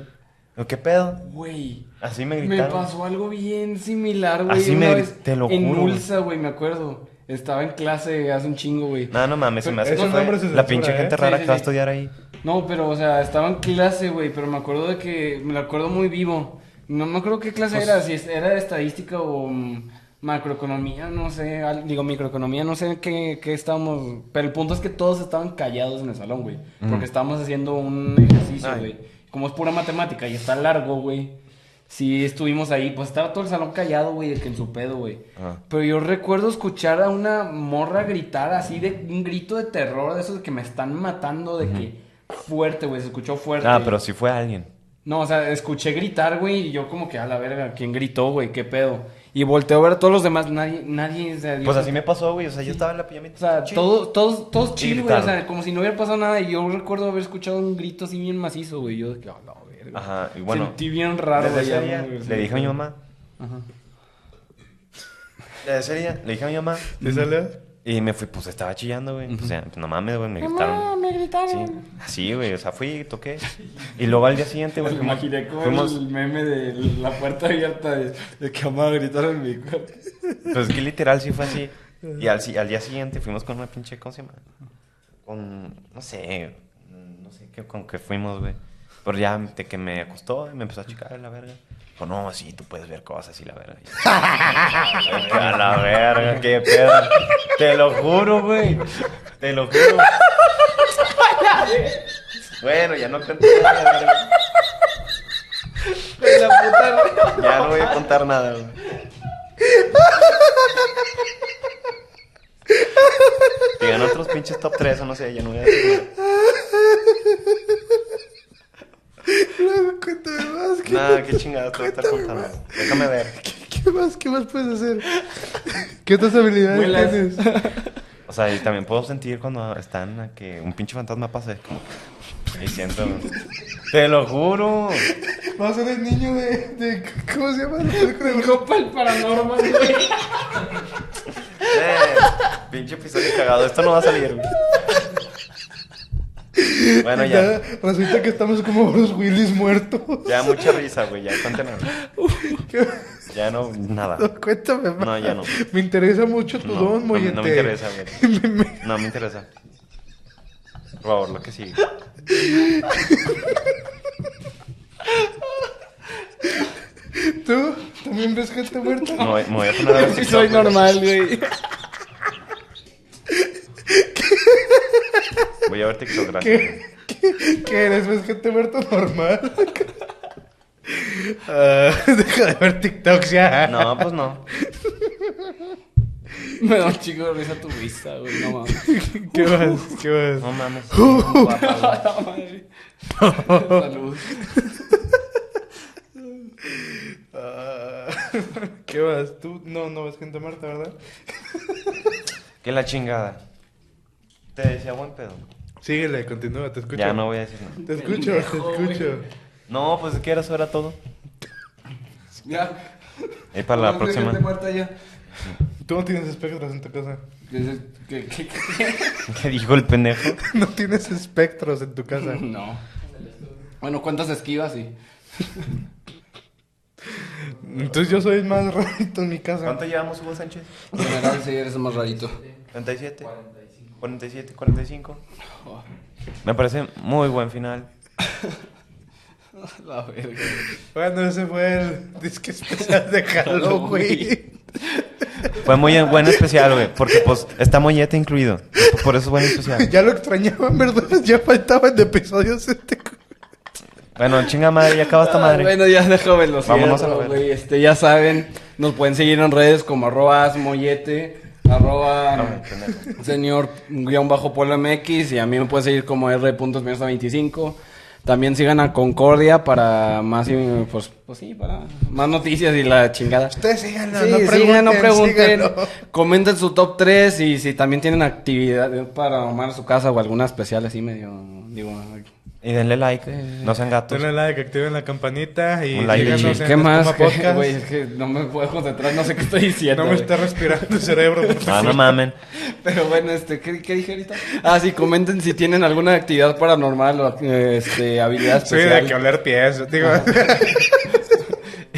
C: Yo, ¿Qué pedo?
B: Güey,
C: Así me
B: me
C: gritaron.
B: pasó algo bien similar, güey.
C: Así
B: una
C: me-
B: vez
C: te lo
B: En
C: juro.
B: Ulsa, güey, me acuerdo. Estaba en clase hace un chingo, güey.
C: No, no mames, se me hace
A: Esos
C: que fue
A: nombres se
C: la
A: censura,
C: pinche
A: ¿eh?
C: gente
B: Sí,
C: rara
B: sí,
C: que va a
B: sí.
C: estudiar ahí.
B: No, pero, o sea, estaba en clase, güey, pero me acuerdo de que, me lo acuerdo muy vivo. No me acuerdo qué clase era, si es- era de estadística o mm, macroeconomía, no sé, al- digo microeconomía, no sé qué, qué estábamos, pero el punto es que todos estaban callados en el salón, güey, porque estábamos haciendo un ejercicio,
C: Ay.
B: güey. Como es pura matemática y está largo, güey. Sí, estuvimos ahí, pues estaba todo el salón callado, güey, de que en su pedo, güey.
C: Ah.
B: Pero yo recuerdo escuchar a una morra gritar así de un grito de terror, de esos de que me están matando, de que fuerte, güey, se escuchó fuerte.
C: Ah, pero si fue alguien.
B: No, o sea, escuché gritar, güey, y yo como que a la verga, ¿quién gritó, güey? ¿Qué pedo? Y volteo a ver a todos los demás, nadie, nadie, o sea, yo-
C: Pues así me pasó, güey. O sea, yo estaba en la pijamita.
B: O sea,
C: chill.
B: todos, todos, todos
C: Y
B: chill, güey, o sea,
C: gritaron.
B: como si no hubiera pasado nada, y yo recuerdo haber escuchado un grito así bien macizo, güey, yo de que, a la verga.
C: Ajá, y bueno.
B: Sentí bien raro,
C: desde
B: güey. ya
C: ese día
B: no regresé.
C: le dije a mi mamá.
B: Ajá.
C: Desde ese día le dije a mi mamá.
A: ¿Te sale?
C: Y me fui, pues estaba chillando, güey. O sea, pues, no mames, güey, me gritaron. me gritaron. Sí, así, güey. O sea, fui, toqué. Y luego al día siguiente, güey.
B: Me
C: fuimos-
B: imaginé como
C: fuimos-
B: el meme de la puerta abierta de, de que amaba gritar en mi cuarto.
C: Pues es que literal sí fue así. Y al, si- al día siguiente fuimos con una pinche, ¿cómo se llama? Con, no sé, no sé qué, con qué fuimos, güey. Pero ya de que me acostó y me empezó a chicar la verga. Pues no, sí, tú puedes ver cosas y la verga. Y yo, A la verga, qué pedo. Te lo juro, güey. Te lo juro. Bueno, ya no conté nada, la verga. Ya no voy a contar nada, güey. Digan otros pinches top 3 o no sé, ya no voy a decir
A: Claro, cuéntame más. ¿Qué,
C: nada. Nada, qué chingadas te voy a estar
A: Cuéntame
C: contando. Déjame ver.
A: qué más? ¿Qué más puedes hacer? ¿Qué otras habilidades
B: Vuelas.
A: tienes?
C: O sea, y también puedo sentir cuando están a que un pinche fantasma pase. Como que... Y siento. ¡Te lo juro!
A: Vas a ser el niño de, de- ¿Cómo se llama? De-
B: Copa el paranormal, güey.
C: Eh, pinche episodio cagado. Esto no va a salir. güey. Bueno, ya.
A: Resulta que estamos como los Willis muertos.
C: Ya mucha risa, güey. Ya cuéntame. Ya no, nada.
A: No, cuéntame más.
C: No, ya no.
A: Me interesa mucho tu
C: No, no
A: don,
C: me-
A: mollete.
C: no me interesa, güey.
A: Me- me-
C: No me interesa. Por favor, lo que sigue.
A: ¿Tú también ves gente muerta?
C: Me voy, me voy a poner a ver
B: Sí,
C: TikTok,
B: soy
C: güey.
B: normal, güey.
C: Voy a ver TikTok, gracias.
A: ¿Qué, qué, qué eres? ¿Ves gente muerta normal? Ah, deja de ver TikToks ya.
C: No, pues no.
B: Me da un chico de risa tu vista, güey. No mames.
A: ¿Qué más? ¿Qué
C: No
A: más?
C: mames. Guapa,
B: La madre. Salud.
A: Ah, ¿Qué vas? Tú no, no ves gente Marta, ¿verdad?
C: Que la chingada. Te decía buen pedo.
A: Síguele, continúa, te escucho.
C: Ya no voy a decir nada.
A: Te escucho,
D: Pendejo,
A: te escucho.
C: No, pues es que era eso, era todo.
B: Ya.
C: Y para la
B: Hablando de
C: próxima.
B: gente muerta ya.
A: Tú no tienes espectros en tu casa.
B: Entonces, ¿qué- qué- qué?
C: ¿Qué dijo el pendejo?
A: No tienes espectros en tu casa.
B: No. Bueno, ¿cuántas esquivas y
A: Entonces yo soy más rarito en mi casa.
C: ¿Cuánto llevamos, Hugo Sánchez?
B: En general, sí, eres el más rarito.
C: 37. 47, 45. Me parece muy buen final.
B: La verga.
A: Bueno, ese fue el disque especial de Halloween.
C: Fue muy buen especial, güey. Porque, pues, está mollete incluido. Por eso es buen especial.
A: ya lo extrañaban, ¿verdad? Ya faltaban de episodios este. cu-
C: Bueno, chinga madre, ya acaba esta
B: Ah,
C: madre.
B: Bueno, ya déjame lo
C: Vámonos
B: cierro,
C: a la verga.
B: güey. Este, ya saben, nos pueden seguir en redes como arroba asmoyete, arroba
C: No, pendejo.
B: señor guión bajo polo MX y a mí me pueden seguir como r.25. También sigan a Concordia para más, eh, pues, pues sí, para más noticias y la chingada.
A: Ustedes síganlo,
B: Sí,
A: no
B: sigan,
A: pregunten.
B: no pregunten.
A: síganlo.
B: Comenten su top 3 y si también tienen actividad para armar su casa o alguna especial así medio, digo,
C: Y denle like, no sean gatos.
A: Denle like, activen la campanita y
C: Un like de
A: síganos
C: chile.
A: en
B: ¿Qué más?
A: Espuma
B: Que-
A: Podcast.
B: Güey, es que no me puedo concentrar, no sé qué estoy diciendo.
A: No me
B: güey.
A: está respirando el cerebro.
C: Ah, no mamen.
B: Pero bueno, este, ¿qué, qué dije ahorita? Ah, sí, comenten si tienen alguna actividad paranormal o eh, este, habilidad
A: Sí, de
B: especial.
A: que oler pies. Digo,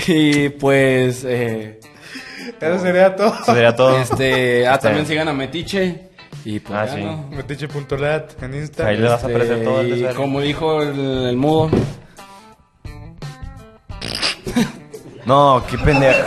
B: y pues, eh,
A: eso sería todo.
C: Eso sería todo.
B: este, ah,
C: Está
B: también
C: bien.
B: sigan a Metiche. Y pues,
C: Ah,
B: ya,
C: sí.
B: ¿no?
A: Metiche.lat en Insta.
C: Ahí le vas a aparecer
B: Este,
C: todo el
B: y
C: desvergue.
B: como dijo el, el mudo,
C: No, qué pendejo.